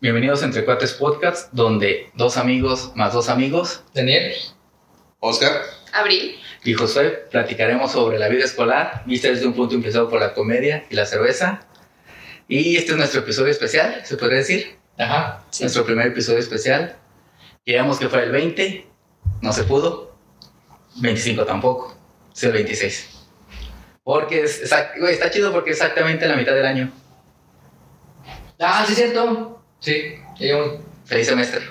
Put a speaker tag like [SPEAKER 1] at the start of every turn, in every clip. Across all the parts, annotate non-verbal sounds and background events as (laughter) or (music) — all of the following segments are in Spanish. [SPEAKER 1] Bienvenidos a Entre Cuates Podcast, donde dos amigos más dos amigos
[SPEAKER 2] Daniel.
[SPEAKER 3] Oscar,
[SPEAKER 4] Abril.
[SPEAKER 1] y Josué platicaremos sobre la vida escolar, vista desde un punto empezado por la comedia y la cerveza. Y este es nuestro episodio especial, se podría decir,
[SPEAKER 2] Ajá.
[SPEAKER 4] Sí.
[SPEAKER 1] nuestro primer episodio especial. Queríamos que fuera el 20, no se pudo. 25 tampoco, es el 26. Porque es exact- güey, está chido porque es exactamente la mitad del año.
[SPEAKER 2] Ah, sí, es cierto. Sí, ya llevamos,
[SPEAKER 1] Feliz semestre.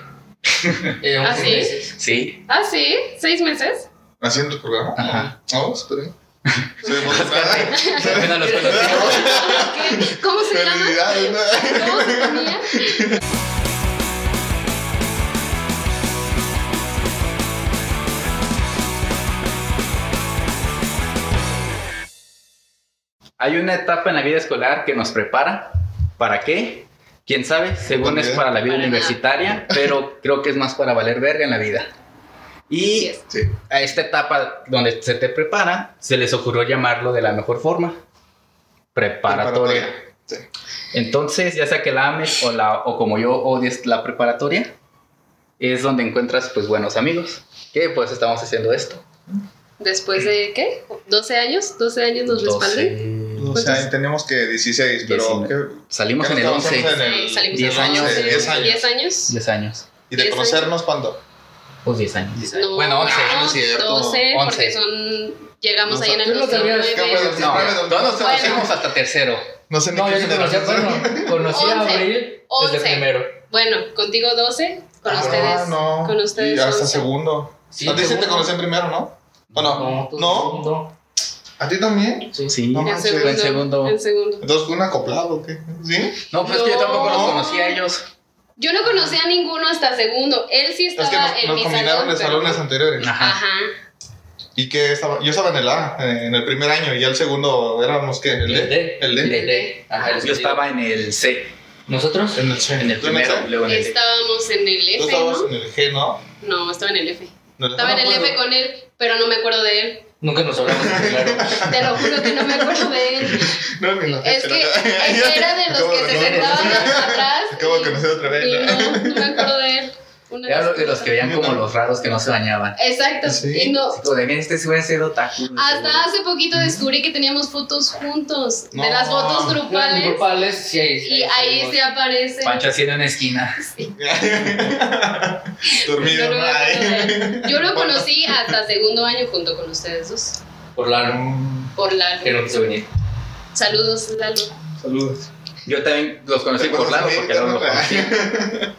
[SPEAKER 2] ya llevamos
[SPEAKER 4] ¿Ah,
[SPEAKER 2] seis
[SPEAKER 4] sí?
[SPEAKER 2] meses.
[SPEAKER 1] Sí.
[SPEAKER 4] Ah, sí, seis meses.
[SPEAKER 3] haciendo el programa. Ah,
[SPEAKER 1] Ajá.
[SPEAKER 3] (laughs) No, espera. Se me pasó (laughs) nada.
[SPEAKER 1] Apenas los cuento.
[SPEAKER 4] ¿Qué? ¿Cómo se llama?
[SPEAKER 3] Felicidades, ¿no? (laughs)
[SPEAKER 4] ¿Cómo se ponía?
[SPEAKER 1] Hay una etapa en la vida escolar que nos prepara. ¿Para qué? Quién sabe, según es
[SPEAKER 3] También.
[SPEAKER 1] para la vida
[SPEAKER 4] Para nada.
[SPEAKER 1] universitaria, pero creo que es más para valer verga en la vida.
[SPEAKER 4] Así
[SPEAKER 1] Y
[SPEAKER 4] es.
[SPEAKER 3] Sí.
[SPEAKER 1] a esta etapa donde se te prepara, se les ocurrió llamarlo de la mejor forma, preparatoria.
[SPEAKER 3] Preparatoria. Sí.
[SPEAKER 1] Entonces, ya sea que la ames o, la, o como yo odies la preparatoria, es donde encuentras pues buenos amigos. Que pues estamos haciendo esto.
[SPEAKER 4] Después de, ¿qué? ¿12 años? ¿12 años nos Pues, respaldan?
[SPEAKER 3] O sea, tenemos que 16, pero.
[SPEAKER 1] 19.
[SPEAKER 3] ¿qué-
[SPEAKER 1] Salimos
[SPEAKER 3] qué
[SPEAKER 1] en el
[SPEAKER 3] nos
[SPEAKER 1] 11,
[SPEAKER 3] conocemos en el-
[SPEAKER 4] Sí, salimos
[SPEAKER 1] Eh, diez
[SPEAKER 4] en el
[SPEAKER 1] años,
[SPEAKER 4] 11,
[SPEAKER 3] diez años.
[SPEAKER 4] 10 años.
[SPEAKER 1] 10 años.
[SPEAKER 3] ¿Y de
[SPEAKER 4] diez
[SPEAKER 3] conocernos cuándo?
[SPEAKER 1] Pues 10 años.
[SPEAKER 4] No,
[SPEAKER 1] bueno, 11.
[SPEAKER 4] no,
[SPEAKER 3] no es cierto.
[SPEAKER 4] 12,
[SPEAKER 1] Once.
[SPEAKER 4] porque son. Llegamos
[SPEAKER 3] No,
[SPEAKER 4] ahí en
[SPEAKER 2] tú
[SPEAKER 4] el
[SPEAKER 2] no sabías,
[SPEAKER 4] 19.
[SPEAKER 3] cabrón,
[SPEAKER 1] No,
[SPEAKER 3] Vale,
[SPEAKER 1] todos
[SPEAKER 3] don-
[SPEAKER 1] nos
[SPEAKER 4] Bueno.
[SPEAKER 1] conocimos hasta tercero.
[SPEAKER 3] No sé ni
[SPEAKER 2] No,
[SPEAKER 3] qué
[SPEAKER 2] yo sí te conocí,
[SPEAKER 3] generación
[SPEAKER 2] bueno, (laughs) conocí a
[SPEAKER 4] Once.
[SPEAKER 2] Abril
[SPEAKER 4] Once.
[SPEAKER 2] desde primero.
[SPEAKER 4] Bueno, contigo 12, con
[SPEAKER 3] Ah,
[SPEAKER 4] ustedes.
[SPEAKER 3] no.
[SPEAKER 4] Con ustedes.
[SPEAKER 3] Y hasta
[SPEAKER 4] 11.
[SPEAKER 3] segundo.
[SPEAKER 2] Sí,
[SPEAKER 3] a ti sí te
[SPEAKER 2] segundo.
[SPEAKER 3] conocen primero, ¿no? ¿O no?
[SPEAKER 2] tú
[SPEAKER 3] ¿No?
[SPEAKER 2] segundo.
[SPEAKER 3] ¿A ti también?
[SPEAKER 2] Sí.
[SPEAKER 1] Sí.
[SPEAKER 3] No.
[SPEAKER 4] En
[SPEAKER 3] manches,
[SPEAKER 4] segundo.
[SPEAKER 1] en segundo.
[SPEAKER 4] en segundo.
[SPEAKER 3] Entonces fue un acoplado, ¿o qué? ¿Sí?
[SPEAKER 1] No, pues es que yo tampoco los
[SPEAKER 3] No.
[SPEAKER 1] conocí a ellos.
[SPEAKER 4] Yo no conocí a ninguno hasta segundo. Él sí
[SPEAKER 3] Es que
[SPEAKER 4] estaba
[SPEAKER 3] nos,
[SPEAKER 4] en
[SPEAKER 3] nos
[SPEAKER 4] mi
[SPEAKER 3] combinaron
[SPEAKER 4] salón.
[SPEAKER 3] de
[SPEAKER 4] pero-
[SPEAKER 3] salones anteriores.
[SPEAKER 1] Ajá.
[SPEAKER 4] Ajá.
[SPEAKER 3] ¿Y que estaba? Yo estaba en el A, eh, en el primer año, y ya el segundo éramos, ¿qué? ¿El
[SPEAKER 2] El D.
[SPEAKER 3] D? El D.
[SPEAKER 2] El D. Ajá, el
[SPEAKER 1] Yo
[SPEAKER 2] segundo.
[SPEAKER 1] estaba en el C,
[SPEAKER 2] ¿Nosotros?
[SPEAKER 3] En el C.
[SPEAKER 1] en el
[SPEAKER 3] Tú en el
[SPEAKER 1] primero,
[SPEAKER 3] C.
[SPEAKER 1] luego en el D.
[SPEAKER 4] Estábamos en el
[SPEAKER 3] Tú
[SPEAKER 4] F,
[SPEAKER 3] estabas
[SPEAKER 4] ¿no?
[SPEAKER 3] en el G, ¿no?
[SPEAKER 4] No, estaba en el F.
[SPEAKER 3] No,
[SPEAKER 4] Estaba en
[SPEAKER 3] no
[SPEAKER 4] el F
[SPEAKER 3] puedo.
[SPEAKER 4] con él, pero no me acuerdo de él.
[SPEAKER 2] Nunca nos hablamos en
[SPEAKER 4] (laughs)
[SPEAKER 2] primero.
[SPEAKER 4] Te lo juro que no me acuerdo
[SPEAKER 3] (laughs)
[SPEAKER 4] de él.
[SPEAKER 3] No, ni la
[SPEAKER 4] Es
[SPEAKER 3] gente,
[SPEAKER 4] que
[SPEAKER 3] la- (laughs)
[SPEAKER 4] es que era de los
[SPEAKER 3] Acabo
[SPEAKER 4] que se
[SPEAKER 3] conocer- (laughs)
[SPEAKER 4] sentaban hasta atrás.
[SPEAKER 3] Acabo de
[SPEAKER 4] y-
[SPEAKER 3] conocer otra vez.
[SPEAKER 4] y
[SPEAKER 3] ¿no?
[SPEAKER 4] no, no me acuerdo de él. Una
[SPEAKER 1] Era lo- de los que
[SPEAKER 4] cosas.
[SPEAKER 1] veían como los raros que no se bañaban.
[SPEAKER 4] Exacto.
[SPEAKER 3] Sí.
[SPEAKER 4] Y no.
[SPEAKER 1] Así como de bien, este sí hubiera sido otaku. de
[SPEAKER 4] Hasta
[SPEAKER 1] seguro.
[SPEAKER 4] hace poquito descubrí que teníamos fotos juntos.
[SPEAKER 3] No.
[SPEAKER 4] De las fotos
[SPEAKER 2] Los
[SPEAKER 4] grupales.
[SPEAKER 2] grupales, sí, ahí,
[SPEAKER 4] Y ahí se aparece.
[SPEAKER 1] Pancho haciendo una esquina.
[SPEAKER 3] (laughs) Dormido,
[SPEAKER 4] No, no me acuerdo de
[SPEAKER 3] ay.
[SPEAKER 4] él.
[SPEAKER 3] (laughs)
[SPEAKER 4] Yo lo conocí hasta segundo año junto con ustedes dos.
[SPEAKER 2] Por Lalo,
[SPEAKER 4] Por
[SPEAKER 2] que
[SPEAKER 4] Lalo.
[SPEAKER 2] no quiso venir.
[SPEAKER 4] Saludos, Lalo.
[SPEAKER 3] Saludos.
[SPEAKER 1] Yo también los conocí
[SPEAKER 3] ¿Te
[SPEAKER 1] por
[SPEAKER 3] acuerdas
[SPEAKER 1] lado
[SPEAKER 3] de mí?
[SPEAKER 1] porque luego lo conocí. (laughs)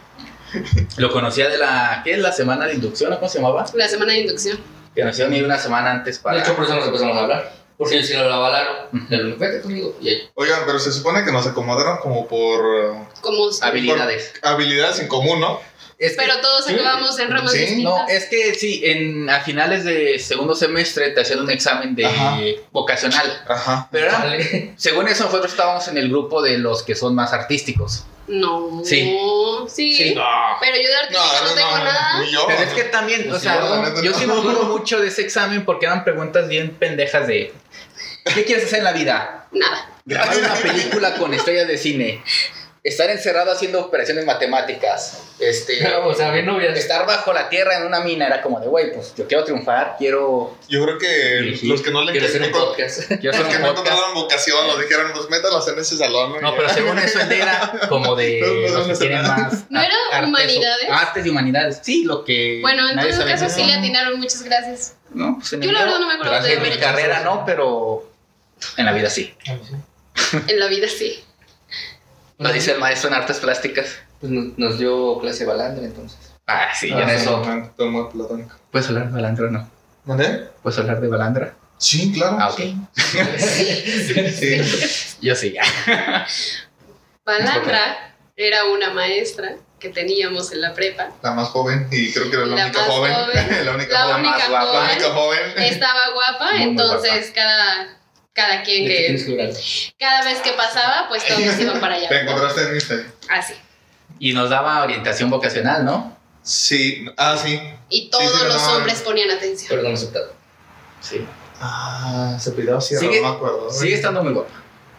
[SPEAKER 1] Lo conocía de la, ¿qué es la semana de inducción o cómo se llamaba?
[SPEAKER 4] La semana de inducción.
[SPEAKER 1] Que nos iban a ir una semana antes
[SPEAKER 2] De
[SPEAKER 1] para...
[SPEAKER 2] hecho, por eso nos empezamos a hablar. Porque yo sí le hablaba a Lalo. Lalo, vete conmigo. Y ahí.
[SPEAKER 3] Oigan, pero se supone que nos acomodaron como por eh,
[SPEAKER 4] Como
[SPEAKER 1] Ah, Habilidades.
[SPEAKER 3] habilidades en común, ¿no?
[SPEAKER 1] Es que-
[SPEAKER 4] Pero todos
[SPEAKER 2] Sí.
[SPEAKER 4] acabamos en ramas
[SPEAKER 3] Sí,
[SPEAKER 4] distintas.
[SPEAKER 1] No, es que sí, en, a finales de segundo semestre te hacían un examen de
[SPEAKER 3] Ajá.
[SPEAKER 1] vocacional.
[SPEAKER 3] Ajá.
[SPEAKER 1] Pero era-
[SPEAKER 2] (laughs) Dale.
[SPEAKER 1] según eso, nosotros estábamos en el grupo de los que son más artísticos.
[SPEAKER 4] No.
[SPEAKER 1] Sí.
[SPEAKER 4] Sí.
[SPEAKER 1] Sí.
[SPEAKER 3] No,
[SPEAKER 4] Pero yo de artística no, tengo nada.
[SPEAKER 3] ni Oh, yo.
[SPEAKER 1] Pero es
[SPEAKER 3] (laughs)
[SPEAKER 1] que también, o
[SPEAKER 2] Sí,
[SPEAKER 1] sea,
[SPEAKER 3] la neta
[SPEAKER 1] yo
[SPEAKER 3] no.
[SPEAKER 1] sí me acuerdo mucho de ese examen porque eran preguntas bien pendejas de ¿qué quieres hacer en la vida?
[SPEAKER 4] Nada.
[SPEAKER 1] Grabar una película con estrellas de cine. Estar encerrado haciendo operaciones matemáticas. Este
[SPEAKER 2] (laughs) O sea, bien novias.
[SPEAKER 1] estar bajo la tierra en una mina era como de, güey, pues yo quiero triunfar, quiero
[SPEAKER 3] Yo creo que
[SPEAKER 1] Sí.
[SPEAKER 3] los que no le
[SPEAKER 2] Quiero hacer un
[SPEAKER 3] que no-
[SPEAKER 2] podcast.
[SPEAKER 1] (laughs) quiero hacer
[SPEAKER 3] Los que
[SPEAKER 1] un
[SPEAKER 3] no
[SPEAKER 1] podcast.
[SPEAKER 3] encontraron vocación, nos dijeron, pues métalos en ese salón. ¿no?
[SPEAKER 1] No, pues, pero según eso él era como de
[SPEAKER 3] (laughs) No, no, no,
[SPEAKER 1] los que
[SPEAKER 3] no,
[SPEAKER 1] tienen
[SPEAKER 3] no.
[SPEAKER 1] más.
[SPEAKER 4] (laughs) ¿No era
[SPEAKER 1] artes o-
[SPEAKER 4] humanidades?
[SPEAKER 1] Artes y humanidades. Sí, lo que.
[SPEAKER 4] Bueno, en
[SPEAKER 1] nadie
[SPEAKER 4] todo
[SPEAKER 1] sabe
[SPEAKER 4] caso
[SPEAKER 1] hacer.
[SPEAKER 4] sí le atinaron. Muchas gracias.
[SPEAKER 1] No, pues, en
[SPEAKER 4] Yo
[SPEAKER 1] el
[SPEAKER 4] la
[SPEAKER 1] mío,
[SPEAKER 4] verdad no me acuerdo
[SPEAKER 1] En
[SPEAKER 4] de
[SPEAKER 1] mi
[SPEAKER 4] haber hecho
[SPEAKER 1] carrera
[SPEAKER 2] eso.
[SPEAKER 1] no, pero en la vida sí.
[SPEAKER 4] En la vida sí.
[SPEAKER 1] Lo dice el maestro en artes plásticas.
[SPEAKER 2] Pues nos, nos dio clase
[SPEAKER 1] (laughs)
[SPEAKER 2] balandra entonces.
[SPEAKER 1] Ah, sí,
[SPEAKER 3] Ah,
[SPEAKER 1] en
[SPEAKER 3] sí,
[SPEAKER 1] eso.
[SPEAKER 3] man, todo muy platónico.
[SPEAKER 1] ¿Puedes hablar de balandra o no?
[SPEAKER 3] ¿Mandé?
[SPEAKER 1] ¿Puedes hablar de balandra?
[SPEAKER 3] Sí, claro.
[SPEAKER 1] Ah, ok.
[SPEAKER 3] Sí.
[SPEAKER 1] (laughs) Yo sí.
[SPEAKER 4] Balandra era una maestra que teníamos en la prepa.
[SPEAKER 3] La más joven, y creo que era la,
[SPEAKER 4] La
[SPEAKER 3] única
[SPEAKER 4] más
[SPEAKER 3] joven. (laughs)
[SPEAKER 4] joven.
[SPEAKER 3] la única
[SPEAKER 4] La
[SPEAKER 3] joven.
[SPEAKER 1] más
[SPEAKER 4] única
[SPEAKER 1] guapa.
[SPEAKER 3] La
[SPEAKER 4] joven
[SPEAKER 3] única joven.
[SPEAKER 4] estaba guapa,
[SPEAKER 1] Muy, muy
[SPEAKER 4] entonces cada, cada quien
[SPEAKER 2] ¿De qué
[SPEAKER 4] que...
[SPEAKER 2] tienes que hablar?
[SPEAKER 4] Cada vez que pasaba, pues todos iban para allá.
[SPEAKER 3] ¿Te encontraste en Instagram?
[SPEAKER 4] Así.
[SPEAKER 1] Y nos daba orientación vocacional, ¿no?
[SPEAKER 3] Sí. Ah, sí.
[SPEAKER 4] Y todos
[SPEAKER 3] sí,
[SPEAKER 4] los
[SPEAKER 3] no,
[SPEAKER 4] hombres ponían atención.
[SPEAKER 2] Pero no aceptado.
[SPEAKER 1] Sí.
[SPEAKER 3] Ah, se pidió así,
[SPEAKER 1] Sigue-
[SPEAKER 3] no me acuerdo.
[SPEAKER 1] Sigue estando muy guapo.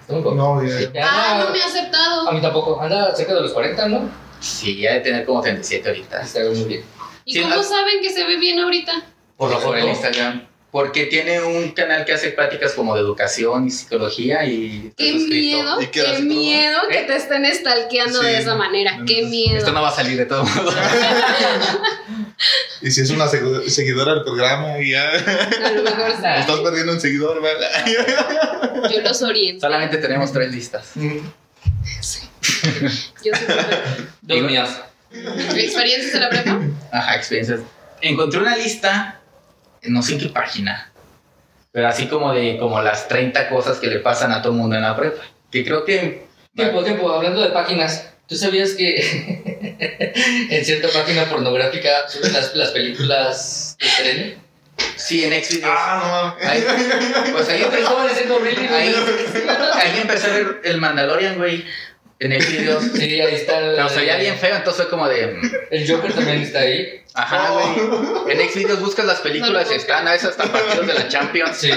[SPEAKER 2] Está muy poco.
[SPEAKER 3] No, ya.
[SPEAKER 2] Ya Ah,
[SPEAKER 4] Ah,
[SPEAKER 2] anda-
[SPEAKER 4] no me ha
[SPEAKER 2] A
[SPEAKER 4] aceptado.
[SPEAKER 2] mí tampoco. Anda cerca de los 40, ¿no?
[SPEAKER 1] Sí, ya de tener como 37 ahorita.
[SPEAKER 2] Está muy bien.
[SPEAKER 4] ¿Y
[SPEAKER 1] Sí,
[SPEAKER 4] cómo
[SPEAKER 1] la-
[SPEAKER 4] saben que se ve bien ahorita?
[SPEAKER 1] Por lo por el
[SPEAKER 2] ¿Cómo?
[SPEAKER 1] Instagram. Porque tiene un canal que hace prácticas como de educación y psicología y... está
[SPEAKER 4] Qué
[SPEAKER 1] suscrito.
[SPEAKER 4] miedo,
[SPEAKER 3] ¿Y qué
[SPEAKER 4] qué
[SPEAKER 3] haces tú?
[SPEAKER 4] miedo que
[SPEAKER 1] ¿Eh?
[SPEAKER 4] te estén stalkeando
[SPEAKER 3] Sí,
[SPEAKER 4] de esa manera.
[SPEAKER 1] Mm,
[SPEAKER 3] no,
[SPEAKER 4] Qué
[SPEAKER 3] no,
[SPEAKER 1] Esto
[SPEAKER 4] miedo.
[SPEAKER 1] no va a salir de todo modo.
[SPEAKER 3] Y si es una segu- seguidora del programa y ya (laughs)
[SPEAKER 4] A lo
[SPEAKER 1] Ah, (laughs)
[SPEAKER 4] mejor sí.
[SPEAKER 3] estás perdiendo un seguidor, ¿verdad?
[SPEAKER 4] Yo los oriento.
[SPEAKER 1] Solamente tenemos tres listas.
[SPEAKER 4] Yo soy-
[SPEAKER 2] Dos
[SPEAKER 1] Digo-
[SPEAKER 2] mías.
[SPEAKER 4] ¿Experiencias de la prepa?
[SPEAKER 1] Ajá, experiencias. Encontré una lista, no sé en qué página, pero así como de como las 30 cosas que le pasan a todo mundo en la prepa. Que creo que...
[SPEAKER 2] Tiempo, tiempo, hablando de páginas, ¿tú sabías que (laughs) en cierta página pornográfica suben las, las películas de tren?
[SPEAKER 1] Sí, en Xvideos.
[SPEAKER 3] Ah, no
[SPEAKER 1] Ahí-
[SPEAKER 3] mames.
[SPEAKER 1] pues ahí empezó
[SPEAKER 2] Estaba diciendo Ridley, güey.
[SPEAKER 1] Ahí, ahí empecé a ver el Mandalorian, güey, en el video.
[SPEAKER 2] Sí, ahí está el,
[SPEAKER 1] Pero se veía bien feo, entonces fue como de. mm,
[SPEAKER 2] el Joker también está ahí.
[SPEAKER 1] Ajá, güey. En Xvideos buscas las películas y están a veces hasta partidos de la Champions.
[SPEAKER 2] Sí,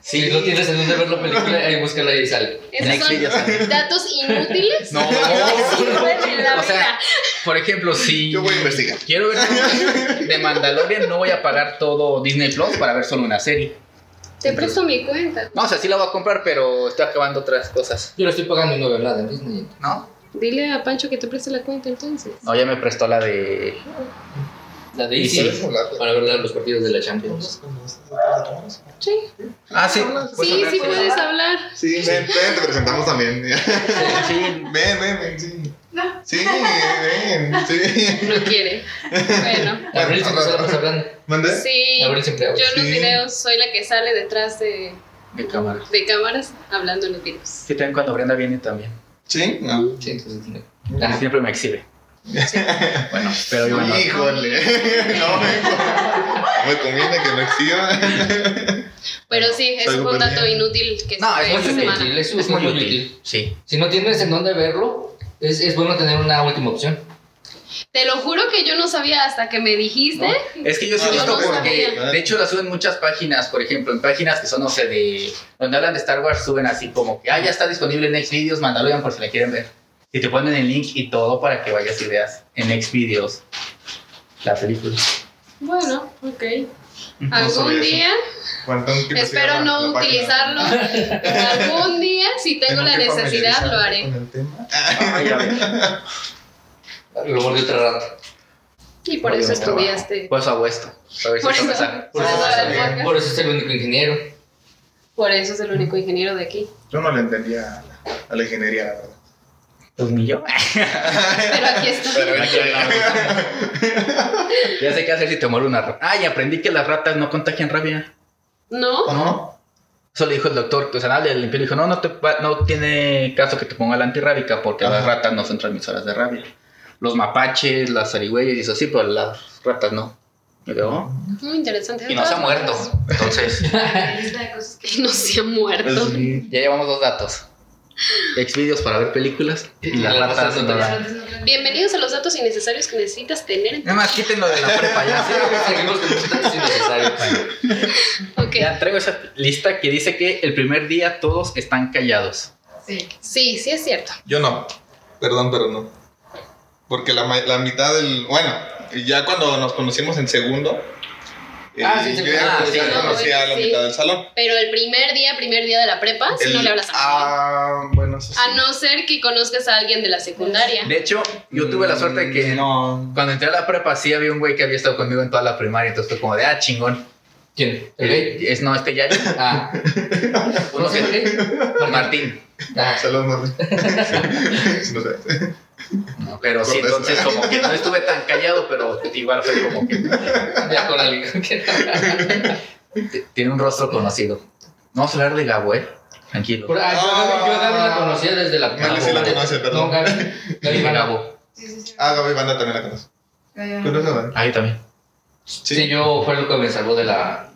[SPEAKER 2] si
[SPEAKER 1] Sí,
[SPEAKER 2] no tienes en dónde ver la película, ahí búscala y sale.
[SPEAKER 1] en
[SPEAKER 4] Esos
[SPEAKER 1] Xvideos.
[SPEAKER 4] son
[SPEAKER 1] también.
[SPEAKER 4] datos inútiles. (laughs)
[SPEAKER 1] No, (laughs)
[SPEAKER 4] Que sirven en la
[SPEAKER 1] O sea,
[SPEAKER 4] vida.
[SPEAKER 1] por ejemplo, si
[SPEAKER 3] Yo voy a investigar.
[SPEAKER 1] quiero ver de Mandalorian, no voy a pagar todo Disney Plus para ver solo una serie.
[SPEAKER 4] Te presto mi cuenta.
[SPEAKER 1] No, o sea, sí la voy a comprar, pero estoy acabando otras cosas.
[SPEAKER 2] Yo lo estoy pagando y no veo nada en Disney.
[SPEAKER 1] ¿No?
[SPEAKER 4] Dile a Pancho que te preste la cuenta entonces.
[SPEAKER 1] No, ya me prestó la de.
[SPEAKER 2] La de
[SPEAKER 1] Y
[SPEAKER 2] Easy,
[SPEAKER 1] sí.
[SPEAKER 3] pues,
[SPEAKER 2] para ver la- los partidos de la Champions.
[SPEAKER 4] Sí,
[SPEAKER 1] Ah, sí. Pues
[SPEAKER 4] sí,
[SPEAKER 1] hablar
[SPEAKER 4] sí
[SPEAKER 1] con-
[SPEAKER 4] puedes hablar.
[SPEAKER 3] Sí, ven, ven, te presentamos también. (laughs)
[SPEAKER 1] Sí,
[SPEAKER 3] Ven, ven, ven, sí. Sí, ven, sí.
[SPEAKER 4] No quiere. Bueno.
[SPEAKER 2] Abril siempre se la pasa hablando.
[SPEAKER 1] ¿Eh?
[SPEAKER 3] ¿Mandé?
[SPEAKER 4] Sí.
[SPEAKER 2] Abril
[SPEAKER 4] Yo
[SPEAKER 2] siempre habla.
[SPEAKER 4] en los
[SPEAKER 3] Sí.
[SPEAKER 4] videos soy la que sale detrás de,
[SPEAKER 1] de cámara.
[SPEAKER 4] de cámaras hablando en los videos.
[SPEAKER 1] Sí, también cuando Brenda viene también.
[SPEAKER 3] Sí, Ah. no.
[SPEAKER 2] Sí, entonces tiene-
[SPEAKER 1] Ajá. Siempre me exhibe. Bueno, pero yo no.
[SPEAKER 4] (laughs)
[SPEAKER 3] Híjole, no me, me conviene que me exhiba.
[SPEAKER 4] Pero sí, es
[SPEAKER 3] Soy
[SPEAKER 4] un dato
[SPEAKER 3] compañero.
[SPEAKER 4] inútil que
[SPEAKER 1] No,
[SPEAKER 4] supe
[SPEAKER 1] es muy
[SPEAKER 4] esta
[SPEAKER 1] útil,
[SPEAKER 4] semana.
[SPEAKER 2] es,
[SPEAKER 1] Es muy útil. Sí.
[SPEAKER 2] Si no tienes en dónde verlo, es, es bueno tener una última opción.
[SPEAKER 4] Te lo juro que yo no sabía hasta que me dijiste.
[SPEAKER 1] Es que yo sí
[SPEAKER 3] Ah,
[SPEAKER 1] he visto
[SPEAKER 4] yo no
[SPEAKER 1] porque,
[SPEAKER 3] sabía.
[SPEAKER 1] de hecho, la suben muchas páginas, por ejemplo, en páginas que son, no sé, de. donde hablan de Star Wars, suben así como que, ah, ya está disponible en Xvideos, Mandalorian por si la quieren ver. Y te ponen el link y todo para que vayas y veas en Xvideos la película.
[SPEAKER 4] Bueno, ok.
[SPEAKER 3] No sabía
[SPEAKER 4] Algún
[SPEAKER 3] eso.
[SPEAKER 4] día, espero no utilizarlo. Algún día, si tengo la necesidad, lo haré.
[SPEAKER 1] Ay, a ver.
[SPEAKER 2] Lo volví otra rata.
[SPEAKER 4] Y (laughs) por
[SPEAKER 1] Porque
[SPEAKER 4] eso
[SPEAKER 1] no trabajo.
[SPEAKER 4] estudiaste.
[SPEAKER 1] Por eso hago esto. A ver si
[SPEAKER 4] Por
[SPEAKER 1] esto me
[SPEAKER 4] eso.
[SPEAKER 1] sale.
[SPEAKER 2] Por
[SPEAKER 4] Ah,
[SPEAKER 2] eso,
[SPEAKER 4] vale,
[SPEAKER 2] por
[SPEAKER 4] vale.
[SPEAKER 2] eso es el único ingeniero.
[SPEAKER 4] Por eso es el único ingeniero de aquí.
[SPEAKER 3] Yo no le entendía a la, a la ingeniería, la verdad.
[SPEAKER 1] Pues ni (laughs) yo.
[SPEAKER 4] Pero aquí estoy.
[SPEAKER 1] Ya sé qué hacer si te muere una rata. Ay, aprendí que las ratas no contagian rabia.
[SPEAKER 4] ¿No?
[SPEAKER 3] ¿No?
[SPEAKER 1] Eso le dijo el doctor, o sea, nadie le limpió y dijo, no, no, te, va- no tiene caso que te ponga la antirrábica porque
[SPEAKER 3] Ajá.
[SPEAKER 1] las ratas no son transmisoras de rabia. Los mapaches, las zarigüeyas y eso sí, pero las ratas no. Y yo, "Oh".
[SPEAKER 4] Muy interesante.
[SPEAKER 1] Y no se ha muerto. (laughs) Entonces,
[SPEAKER 4] Que no se ha muerto.
[SPEAKER 1] ya llevamos dos datos. Exvideos para ver películas y las ratas no dan.
[SPEAKER 4] Bienvenidos a los datos innecesarios que necesitas tener en tu
[SPEAKER 1] Nada más quítenlo (laughs) de la prepa ya.
[SPEAKER 2] Seguimos con muchos datos innecesarios.
[SPEAKER 4] Ok.
[SPEAKER 1] Ya traigo esa lista que dice que el primer día todos están callados.
[SPEAKER 4] Sí, sí es cierto.
[SPEAKER 3] Yo no. Perdón, pero no. Porque la, ma- la mitad del. Bueno, ya cuando nos conocimos en segundo. eh,
[SPEAKER 2] Ah, sí, sí,
[SPEAKER 3] yo ya,
[SPEAKER 1] ah,
[SPEAKER 3] ya
[SPEAKER 1] sí,
[SPEAKER 3] conocía a la
[SPEAKER 4] sí.
[SPEAKER 3] mitad del salón.
[SPEAKER 4] Pero el primer día, primer día de la prepa, si no
[SPEAKER 3] El-
[SPEAKER 4] le hablas a nadie.
[SPEAKER 3] Ah, bueno, eso sí.
[SPEAKER 4] A no ser que conozcas a alguien de la secundaria.
[SPEAKER 1] De hecho, yo tuve la suerte de que (laughs)
[SPEAKER 3] No.
[SPEAKER 1] cuando entré a la prepa sí había un güey que había estado conmigo en toda la primaria, entonces fue como de, ah, chingón.
[SPEAKER 2] ¿Quién? ¿El gay?
[SPEAKER 1] Eh, Es, no, este ya.
[SPEAKER 2] Ah.
[SPEAKER 1] Uno
[SPEAKER 2] ¿Uno
[SPEAKER 1] que-
[SPEAKER 2] el gay?
[SPEAKER 1] Martín.
[SPEAKER 2] Ah.
[SPEAKER 3] Saludos, Martín. (laughs) Sí, no sé.
[SPEAKER 1] Pero sí,
[SPEAKER 3] Cortés.
[SPEAKER 1] entonces como que no estuve tan callado, pero igual fue como que
[SPEAKER 2] Ya con alguien.
[SPEAKER 1] t- tiene un rostro conocido. No vamos a hablar de Gabo, eh. Tranquilo.
[SPEAKER 2] Por- ah, yo, a Gaby- yo a Gaby la conocía desde la
[SPEAKER 3] Ah. Gaby sí la conoce, perdón.
[SPEAKER 2] No, Gaby. Gaby
[SPEAKER 1] De
[SPEAKER 2] Ivana.
[SPEAKER 1] Gabo.
[SPEAKER 3] Ah, Gaby Banda también la conoce. ¿Conoces a Gaby?
[SPEAKER 1] Ah, yo también.
[SPEAKER 2] Sí. yo fue lo que me salvó de la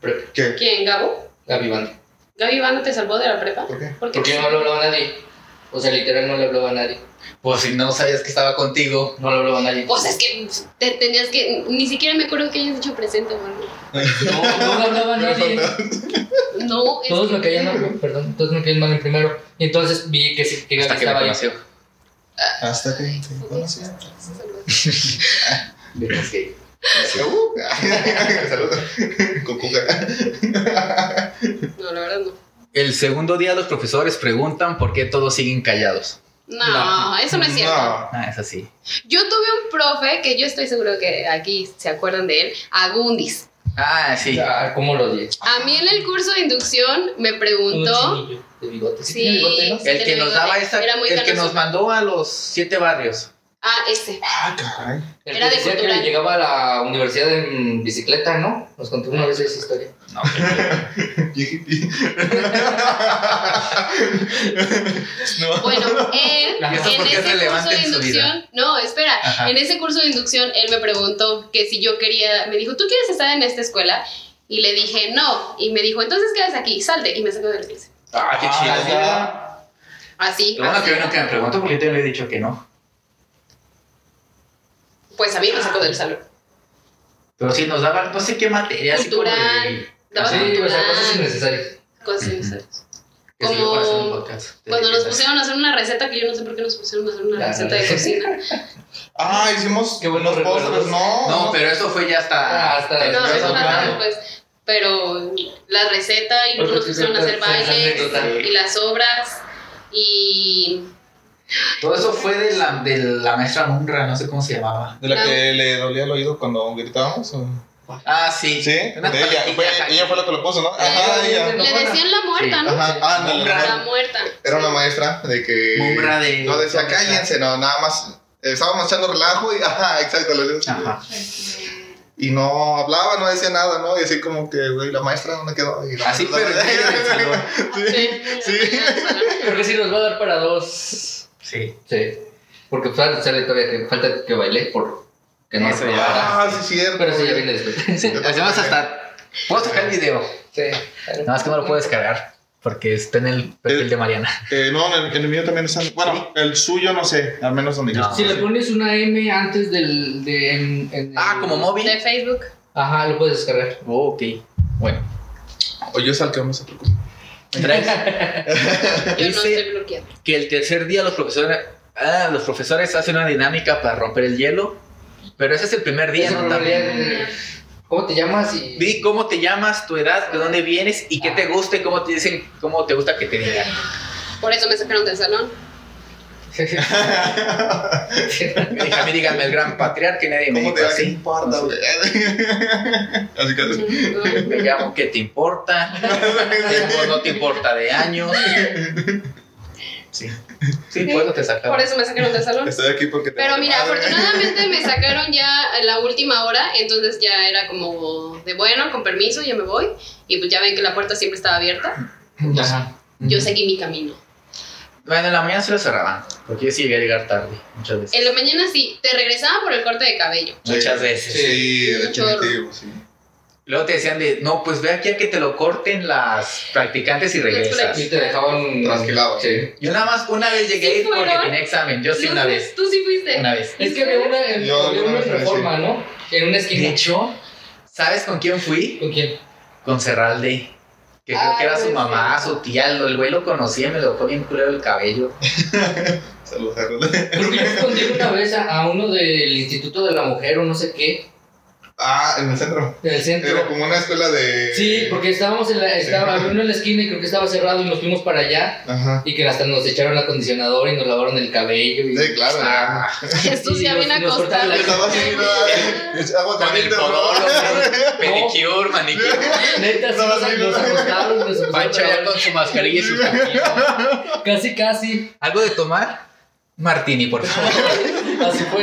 [SPEAKER 2] prepa.
[SPEAKER 3] ¿Qué?
[SPEAKER 4] ¿Quién? ¿Gabo?
[SPEAKER 2] Gaby Ivana.
[SPEAKER 4] ¿Gaby Iván te salvó de la prepa?
[SPEAKER 3] ¿Por qué?
[SPEAKER 4] ¿Por qué?
[SPEAKER 2] Porque yo no le hablaba a nadie. O sea, literal no le hablaba a nadie.
[SPEAKER 1] Pues si no sabías que estaba contigo.
[SPEAKER 2] No le hablaba a nadie.
[SPEAKER 4] Pues es que te tenías que. Ni siquiera me acuerdo que hayas dicho presente, bueno.
[SPEAKER 2] No, no le
[SPEAKER 4] (laughs)
[SPEAKER 2] hablaba a nadie.
[SPEAKER 3] (laughs)
[SPEAKER 4] No, es
[SPEAKER 2] Todos
[SPEAKER 4] que-
[SPEAKER 2] me caían mal, perdón, todos me caían mal en primero. Y entonces vi que, sí- que Gaby
[SPEAKER 1] Hasta que me
[SPEAKER 2] estaba ahí.
[SPEAKER 1] conoció.
[SPEAKER 3] Hasta que te conocí.
[SPEAKER 1] Vemos que-
[SPEAKER 3] Uh, (laughs) Saludos. Con cuca.
[SPEAKER 4] No, la verdad no.
[SPEAKER 1] El segundo día los profesores preguntan por qué todos siguen callados.
[SPEAKER 4] No,
[SPEAKER 2] No.
[SPEAKER 4] eso no es cierto.
[SPEAKER 3] No.
[SPEAKER 1] Ah, es así.
[SPEAKER 4] Yo tuve un profe que yo estoy seguro que aquí se acuerdan de él, Agundis.
[SPEAKER 1] Ah, sí.
[SPEAKER 2] Ah, ¿Cómo lo odié?
[SPEAKER 4] A mí en el curso de inducción me
[SPEAKER 2] Un
[SPEAKER 4] preguntó,
[SPEAKER 2] chinillo de bigote. Sí,
[SPEAKER 4] Sí.
[SPEAKER 2] tiene bigote, ¿no?
[SPEAKER 1] El que nos daba esa,
[SPEAKER 4] Era muy
[SPEAKER 1] el que
[SPEAKER 4] canoso.
[SPEAKER 1] nos mandó a los siete barrios.
[SPEAKER 4] ah, ese,
[SPEAKER 3] Ah, caray.
[SPEAKER 2] El
[SPEAKER 4] Era
[SPEAKER 2] que
[SPEAKER 4] de
[SPEAKER 2] decía que
[SPEAKER 4] cultural.
[SPEAKER 2] llegaba a la universidad en bicicleta, ¿no? Nos contó una vez esa historia.
[SPEAKER 3] (laughs) no.
[SPEAKER 4] Bueno, él
[SPEAKER 2] ¿Y eso
[SPEAKER 4] en
[SPEAKER 1] por qué
[SPEAKER 4] ese
[SPEAKER 1] es relevante
[SPEAKER 4] curso de
[SPEAKER 1] en su vida?
[SPEAKER 4] inducción, no, espera,
[SPEAKER 1] Ajá.
[SPEAKER 4] en ese curso de inducción él me preguntó que si yo quería, me dijo, ¿tú quieres estar en esta escuela? Y le dije, no, y me dijo, entonces qué haces aquí, salte, y me sacó de la clase.
[SPEAKER 1] Ah, qué
[SPEAKER 3] Ah,
[SPEAKER 1] chido.
[SPEAKER 3] ya.
[SPEAKER 4] Así,
[SPEAKER 1] Lo Ah, bueno
[SPEAKER 4] así.
[SPEAKER 1] que yo nunca me pregunto porque yo te le he dicho que no.
[SPEAKER 4] pues a mí me sacó del salón.
[SPEAKER 1] Pero sí nos daban no sé qué materia. así como de-
[SPEAKER 4] Cultural, daba
[SPEAKER 1] Ajá.
[SPEAKER 2] Sí, o sea,
[SPEAKER 4] cultural.
[SPEAKER 2] cosas innecesarias.
[SPEAKER 4] Cosas innecesarias.
[SPEAKER 1] Que sí, yo para hacer un
[SPEAKER 4] como-
[SPEAKER 1] podcast.
[SPEAKER 4] Cuando nos pusieron a hacer una receta, que yo no sé por qué nos pusieron a hacer una
[SPEAKER 2] Ya,
[SPEAKER 4] receta de
[SPEAKER 2] no.
[SPEAKER 4] cocina.
[SPEAKER 3] Ah, hicimos
[SPEAKER 2] Qué buenos
[SPEAKER 3] unos postres,
[SPEAKER 2] recuerdos.
[SPEAKER 3] no.
[SPEAKER 1] No, pero eso fue ya hasta.
[SPEAKER 2] Ah, hasta-
[SPEAKER 4] No,
[SPEAKER 2] Pero
[SPEAKER 4] eso
[SPEAKER 2] no,
[SPEAKER 4] más
[SPEAKER 2] claro.
[SPEAKER 4] tarde, pues. Pero la receta y luego
[SPEAKER 2] Porque
[SPEAKER 4] nos
[SPEAKER 2] sí,
[SPEAKER 4] pusieron a
[SPEAKER 2] pues,
[SPEAKER 4] hacer
[SPEAKER 2] pues,
[SPEAKER 4] bailes
[SPEAKER 2] anécdota.
[SPEAKER 4] y las obras y
[SPEAKER 1] Todo eso fue de la, de la maestra Munra, no sé cómo se llamaba.
[SPEAKER 3] ¿De la
[SPEAKER 4] No.
[SPEAKER 2] Ah.
[SPEAKER 3] que le dolía el oído cuando gritábamos? o?
[SPEAKER 1] Ah, sí.
[SPEAKER 3] Sí, de
[SPEAKER 1] Una
[SPEAKER 3] ella.
[SPEAKER 1] paletilla
[SPEAKER 3] Fue-
[SPEAKER 1] acá.
[SPEAKER 3] ella fue la que lo puso, ¿no? Ajá,
[SPEAKER 2] Sí,
[SPEAKER 3] ella.
[SPEAKER 2] No,
[SPEAKER 4] eh, le
[SPEAKER 2] bueno.
[SPEAKER 4] decían la muerta,
[SPEAKER 2] Sí.
[SPEAKER 4] ¿no?
[SPEAKER 3] Ajá, ah, no,
[SPEAKER 1] Mumbra.
[SPEAKER 4] La
[SPEAKER 3] no,
[SPEAKER 4] muerta.
[SPEAKER 3] Era una
[SPEAKER 4] Sí.
[SPEAKER 3] maestra de que.
[SPEAKER 1] Mumbra de.
[SPEAKER 3] No decía cállense, no, nada más. eh, Estábamos echando relajo y. (laughs) Ajá, exacto. le decía.
[SPEAKER 1] Ajá.
[SPEAKER 3] Y no hablaba, no decía nada, ¿no? Y así como que, güey, la maestra, ¿dónde quedó? Y la
[SPEAKER 1] Así, pero
[SPEAKER 3] maestra-
[SPEAKER 1] en medio del salón.
[SPEAKER 3] Sí, sí.
[SPEAKER 2] Creo que sí nos va a dar para dos.
[SPEAKER 1] Sí.
[SPEAKER 2] Sí. Porque pues, ahora sale todavía que falta que baile por que no
[SPEAKER 1] Eso ya.
[SPEAKER 2] reprobara.
[SPEAKER 3] Ah, sí, es cierto.
[SPEAKER 2] Pero eso ya viene
[SPEAKER 3] (laughs)
[SPEAKER 2] después.
[SPEAKER 1] Sí, Hacemos hasta. Puedo sacar el video.
[SPEAKER 2] Sí.
[SPEAKER 1] Nada más que no lo puedo descargar porque está en el perfil de Mariana.
[SPEAKER 3] Eh, no, en el, en el mío también está. Bueno, el suyo no sé, al menos donde yo
[SPEAKER 1] No.
[SPEAKER 2] Si
[SPEAKER 3] estoy.
[SPEAKER 2] le pones una M antes del. De, en, en-
[SPEAKER 1] Ah, como móvil.
[SPEAKER 4] (laughs) De Facebook.
[SPEAKER 2] Ajá, lo puedes descargar.
[SPEAKER 1] Oh, ok. Bueno.
[SPEAKER 3] O yo es al que
[SPEAKER 1] (laughs)
[SPEAKER 3] vamos a preocupar.
[SPEAKER 1] Traes (laughs)
[SPEAKER 4] Yo no
[SPEAKER 1] Dice-
[SPEAKER 4] estoy bloqueada.
[SPEAKER 1] que el tercer día los profesores, ah, los profesores hacen una dinámica para romper el hielo. Pero ese es el primer día,
[SPEAKER 2] Eso
[SPEAKER 1] ¿no?
[SPEAKER 2] probaría
[SPEAKER 1] También.
[SPEAKER 2] en- ¿Cómo te llamas? Y...
[SPEAKER 1] Di
[SPEAKER 2] (laughs)
[SPEAKER 1] cómo te llamas, tu edad, de dónde vienes y qué
[SPEAKER 3] Ah.
[SPEAKER 1] te gusta y cómo te dicen, cómo te gusta que te digan.
[SPEAKER 4] Por eso me sacaron del salón.
[SPEAKER 1] Y A mí díganme el gran patriarca y nadie me
[SPEAKER 3] ¿Cómo te
[SPEAKER 1] dijo
[SPEAKER 3] va?
[SPEAKER 1] así.
[SPEAKER 3] ¿Qué importa, güey? (laughs) Así que.
[SPEAKER 1] Me llamo ¿Qué te importa?
[SPEAKER 3] (laughs)
[SPEAKER 1] Tengo no te importa de años. Sí. Sí, pues no te
[SPEAKER 4] Por
[SPEAKER 1] sacaba.
[SPEAKER 4] eso me sacaron del salón.
[SPEAKER 3] Estoy aquí porque te.
[SPEAKER 4] Pero
[SPEAKER 3] vale
[SPEAKER 4] mira,
[SPEAKER 3] madre.
[SPEAKER 4] afortunadamente me sacaron ya a la última hora, entonces ya era como de bueno, con permiso, ya me voy. Y pues ya ven que la puerta siempre estaba abierta.
[SPEAKER 2] Ajá.
[SPEAKER 4] Yo seguí mi camino.
[SPEAKER 1] Bueno, en la mañana se lo cerraban. Porque yo sí llegué a llegar tarde, muchas veces.
[SPEAKER 4] En la mañana sí, te regresaban por el corte de cabello.
[SPEAKER 1] Muchas veces.
[SPEAKER 3] Sí,
[SPEAKER 4] Un chorro.
[SPEAKER 3] definitivo, sí.
[SPEAKER 1] Luego te decían de, no, pues ve aquí a que te lo corten las practicantes y regresas.
[SPEAKER 2] Y te dejaban.
[SPEAKER 3] Trasquilado.
[SPEAKER 2] Sí.
[SPEAKER 1] Yo nada más una vez llegué a ir porque
[SPEAKER 4] ¿Fueron?
[SPEAKER 1] tenía examen. Yo sí
[SPEAKER 4] No
[SPEAKER 1] una
[SPEAKER 4] sé,
[SPEAKER 1] vez.
[SPEAKER 4] Tú sí fuiste.
[SPEAKER 1] Una vez.
[SPEAKER 2] Es que había una, en,
[SPEAKER 3] Yo
[SPEAKER 2] había
[SPEAKER 3] alguna
[SPEAKER 2] una
[SPEAKER 3] vez me
[SPEAKER 2] reforma, ¿no? En una
[SPEAKER 1] De
[SPEAKER 2] esquina.
[SPEAKER 1] hecho, ¿sabes con quién fui?
[SPEAKER 2] ¿Con quién?
[SPEAKER 1] Con Cerralde. Que creo que
[SPEAKER 2] Ay,
[SPEAKER 1] era su
[SPEAKER 2] sí.
[SPEAKER 1] mamá, su tía. El, el güey lo conocía y me lo dejó bien culero el cabello.
[SPEAKER 3] Saludos, Harold.
[SPEAKER 2] Creo que yo fui contigo una vez a, a uno del Instituto de la Mujer o no sé qué,
[SPEAKER 3] (laughs) Ah, en el centro.
[SPEAKER 2] del
[SPEAKER 3] Era
[SPEAKER 2] centro.
[SPEAKER 3] como una escuela de.
[SPEAKER 2] Sí, porque estábamos en la, estaba, había uno en la esquina y creo que estaba cerrado y nos fuimos para allá
[SPEAKER 3] Ajá.
[SPEAKER 2] y que hasta nos echaron el acondicionador y nos lavaron el cabello y...
[SPEAKER 3] Sí, claro.
[SPEAKER 1] Ah,
[SPEAKER 4] (laughs) Estos ya
[SPEAKER 2] Y
[SPEAKER 4] bien
[SPEAKER 2] nos- nos cortaron la-
[SPEAKER 4] acostados.
[SPEAKER 3] Estaba así, ¿verdad? Es agua
[SPEAKER 1] con el
[SPEAKER 3] caliente, bro.
[SPEAKER 1] podólogo, pedicure, manicure.
[SPEAKER 2] (laughs)
[SPEAKER 1] (laughs)
[SPEAKER 2] Neta, sí,
[SPEAKER 3] No,
[SPEAKER 2] nos,
[SPEAKER 3] sí,
[SPEAKER 2] nos
[SPEAKER 3] no.
[SPEAKER 2] acostaron y nos pusieron
[SPEAKER 1] Pancho
[SPEAKER 2] a
[SPEAKER 1] ya
[SPEAKER 2] bailar.
[SPEAKER 1] con su mascarilla y su taquito.
[SPEAKER 2] Casi, casi.
[SPEAKER 1] ¿Algo de tomar? Martini, por favor.
[SPEAKER 2] Así fue.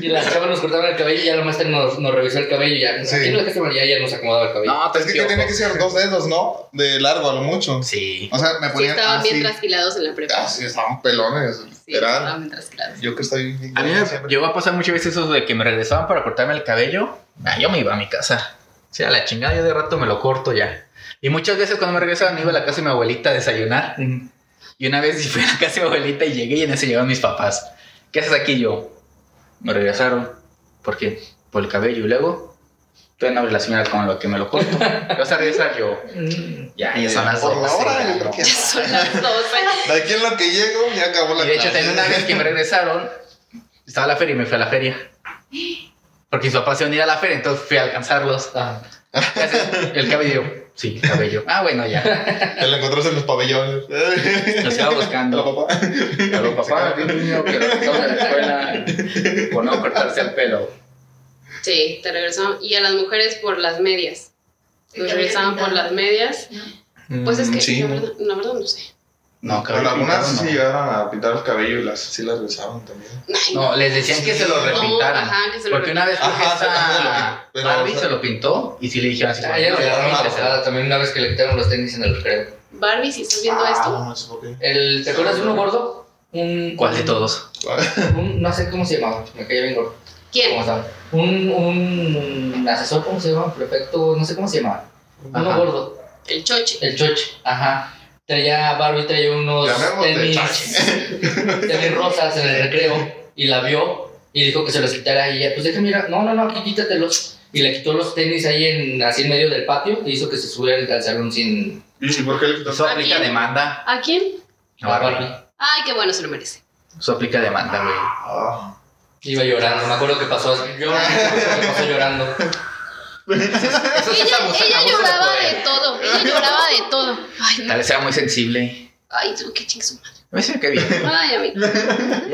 [SPEAKER 2] Y las chavas nos cortaron el cabello y ya la maestra nos, nos revisó el cabello y ya...
[SPEAKER 3] Sí.
[SPEAKER 2] Aquí no dejaste mal, ya, ya nos acomodaba el cabello.
[SPEAKER 1] No,
[SPEAKER 3] Es que, que tiene que ser dos dedos, ¿no? De largo a lo mucho.
[SPEAKER 1] Sí.
[SPEAKER 3] O sea, me
[SPEAKER 4] Sí,
[SPEAKER 3] ponían
[SPEAKER 4] estaban bien
[SPEAKER 3] así.
[SPEAKER 4] trasquilados en la
[SPEAKER 3] Ah,
[SPEAKER 4] prepa.
[SPEAKER 3] sí, estaban pelones.
[SPEAKER 4] Sí,
[SPEAKER 3] Era.
[SPEAKER 4] estaban bien trasquilados.
[SPEAKER 3] Yo que estoy.
[SPEAKER 1] A mí
[SPEAKER 3] yo
[SPEAKER 1] me
[SPEAKER 3] siempre-
[SPEAKER 1] llegó a pasar muchas veces eso de que me regresaban para cortarme el cabello. Ah, yo me iba a mi casa. O sea, la chingada, yo de rato me lo corto ya. Y muchas veces cuando me regresaban, me iba a la casa de mi abuelita a desayunar. Y una vez (laughs) sí fui a la casa de mi abuelita y llegué y en ese llegaron mis papás. ¿Qué haces aquí yo? Me regresaron. ¿Por qué? Por el cabello. Y luego, Todavía no abre la señora con lo que me lo
[SPEAKER 3] (laughs)
[SPEAKER 1] corto. ¿Te vas a regresar yo? Ya, ya son las
[SPEAKER 3] Eh, Por la
[SPEAKER 1] 12,
[SPEAKER 3] hora,
[SPEAKER 1] ya
[SPEAKER 3] yo
[SPEAKER 1] no.
[SPEAKER 3] creo que
[SPEAKER 4] (laughs) Ya son las 12.
[SPEAKER 3] De aquí en lo que llego, ya acabó la
[SPEAKER 1] Y de hecho,
[SPEAKER 3] clase.
[SPEAKER 1] también una vez que me regresaron, estaba la feria y me fui a la feria. Porque mis papás se iban a ir a la feria, entonces fui a alcanzarlos.
[SPEAKER 3] (laughs)
[SPEAKER 2] Ah,
[SPEAKER 1] El cabello. Sí, cabello. Ah, bueno, ya.
[SPEAKER 3] Te lo encontraste en
[SPEAKER 1] (laughs)
[SPEAKER 3] los pabellones.
[SPEAKER 1] Lo estaba buscando.
[SPEAKER 3] La papá.
[SPEAKER 1] Pero papá, vi un niño que lo sacamos de la escuela por no cortarse el pelo.
[SPEAKER 4] Sí, te regresaban. Y a las mujeres por las medias. Nos regresaban
[SPEAKER 3] (laughs)
[SPEAKER 4] por las medias.
[SPEAKER 1] Mm,
[SPEAKER 4] Pues es que,
[SPEAKER 3] Sí,
[SPEAKER 4] la,
[SPEAKER 3] ¿no?
[SPEAKER 4] verdad, la verdad no sé.
[SPEAKER 1] No,
[SPEAKER 3] Pero
[SPEAKER 1] cabello.
[SPEAKER 3] algunas
[SPEAKER 1] pintado,
[SPEAKER 3] sí
[SPEAKER 1] no.
[SPEAKER 3] llegaron a pintar el cabello y las sí las rezaban también.
[SPEAKER 4] Ay,
[SPEAKER 1] No, les decían que se lo
[SPEAKER 3] No,
[SPEAKER 1] repintaran.
[SPEAKER 4] ajá, que se lo
[SPEAKER 1] Porque una vez creo que
[SPEAKER 3] Ajá, se lo
[SPEAKER 1] esta
[SPEAKER 3] pintó, pero-
[SPEAKER 1] Barbie se lo pintó y sí le dijeron así.
[SPEAKER 2] ah, ya lo
[SPEAKER 1] "Oye,
[SPEAKER 2] quedaron
[SPEAKER 1] no
[SPEAKER 2] una
[SPEAKER 1] te interesa".
[SPEAKER 2] bajada también una vez que le quitaron los tenis en el recreo.
[SPEAKER 4] Barbie, si estás viendo
[SPEAKER 3] Ah,
[SPEAKER 4] esto,
[SPEAKER 3] No, eso por qué.
[SPEAKER 2] El, ¿Te acuerdas de uno gordo? Un,
[SPEAKER 1] ¿Cuál de todos?
[SPEAKER 2] un- no sé cómo se llamaba, me caía bien gordo. ¿Cómo
[SPEAKER 4] ¿quién?
[SPEAKER 2] estaba? Un, un asesor, ¿cómo se llama? Un prefecto, no sé cómo se llamaba. Uno
[SPEAKER 1] Ajá.
[SPEAKER 2] gordo.
[SPEAKER 1] Ah.
[SPEAKER 4] El choche.
[SPEAKER 2] El choche, ajá. Traía Barbie, traía unos
[SPEAKER 3] Llamémosle
[SPEAKER 2] tenis, (laughs)
[SPEAKER 3] Choche.
[SPEAKER 2] tenis rosas en el recreo y la vio y dijo que se los quitara y ella, pues déjame ir, a- no, no, no, aquí quítatelos. Y le quitó los tenis ahí en, así en medio del patio y hizo que se subieran al salón sin
[SPEAKER 3] ¿Y por qué le quitaste?
[SPEAKER 1] Eso aplica
[SPEAKER 4] quién?
[SPEAKER 1] demanda.
[SPEAKER 4] ¿A quién?
[SPEAKER 1] No,
[SPEAKER 2] la
[SPEAKER 1] Barbie.
[SPEAKER 2] Barbie.
[SPEAKER 4] Ay, qué bueno, se lo merece.
[SPEAKER 1] Eso aplica demanda, güey.
[SPEAKER 3] Ah.
[SPEAKER 2] Iba llorando, me acuerdo que pasó así, yo me acuerdo que
[SPEAKER 3] (laughs)
[SPEAKER 2] pasó llorando.
[SPEAKER 1] Eso sí es
[SPEAKER 4] Ella,
[SPEAKER 1] abuso-
[SPEAKER 4] ella
[SPEAKER 1] abuso de
[SPEAKER 4] lloraba
[SPEAKER 1] poder.
[SPEAKER 4] de todo. Ella lloraba de todo. Ay,
[SPEAKER 1] Tal
[SPEAKER 4] no.
[SPEAKER 1] vez sea muy sensible.
[SPEAKER 4] Ay, tú, qué chingue su madre.
[SPEAKER 1] A mí se me cae bien.
[SPEAKER 4] Ay, a mí.
[SPEAKER 1] Y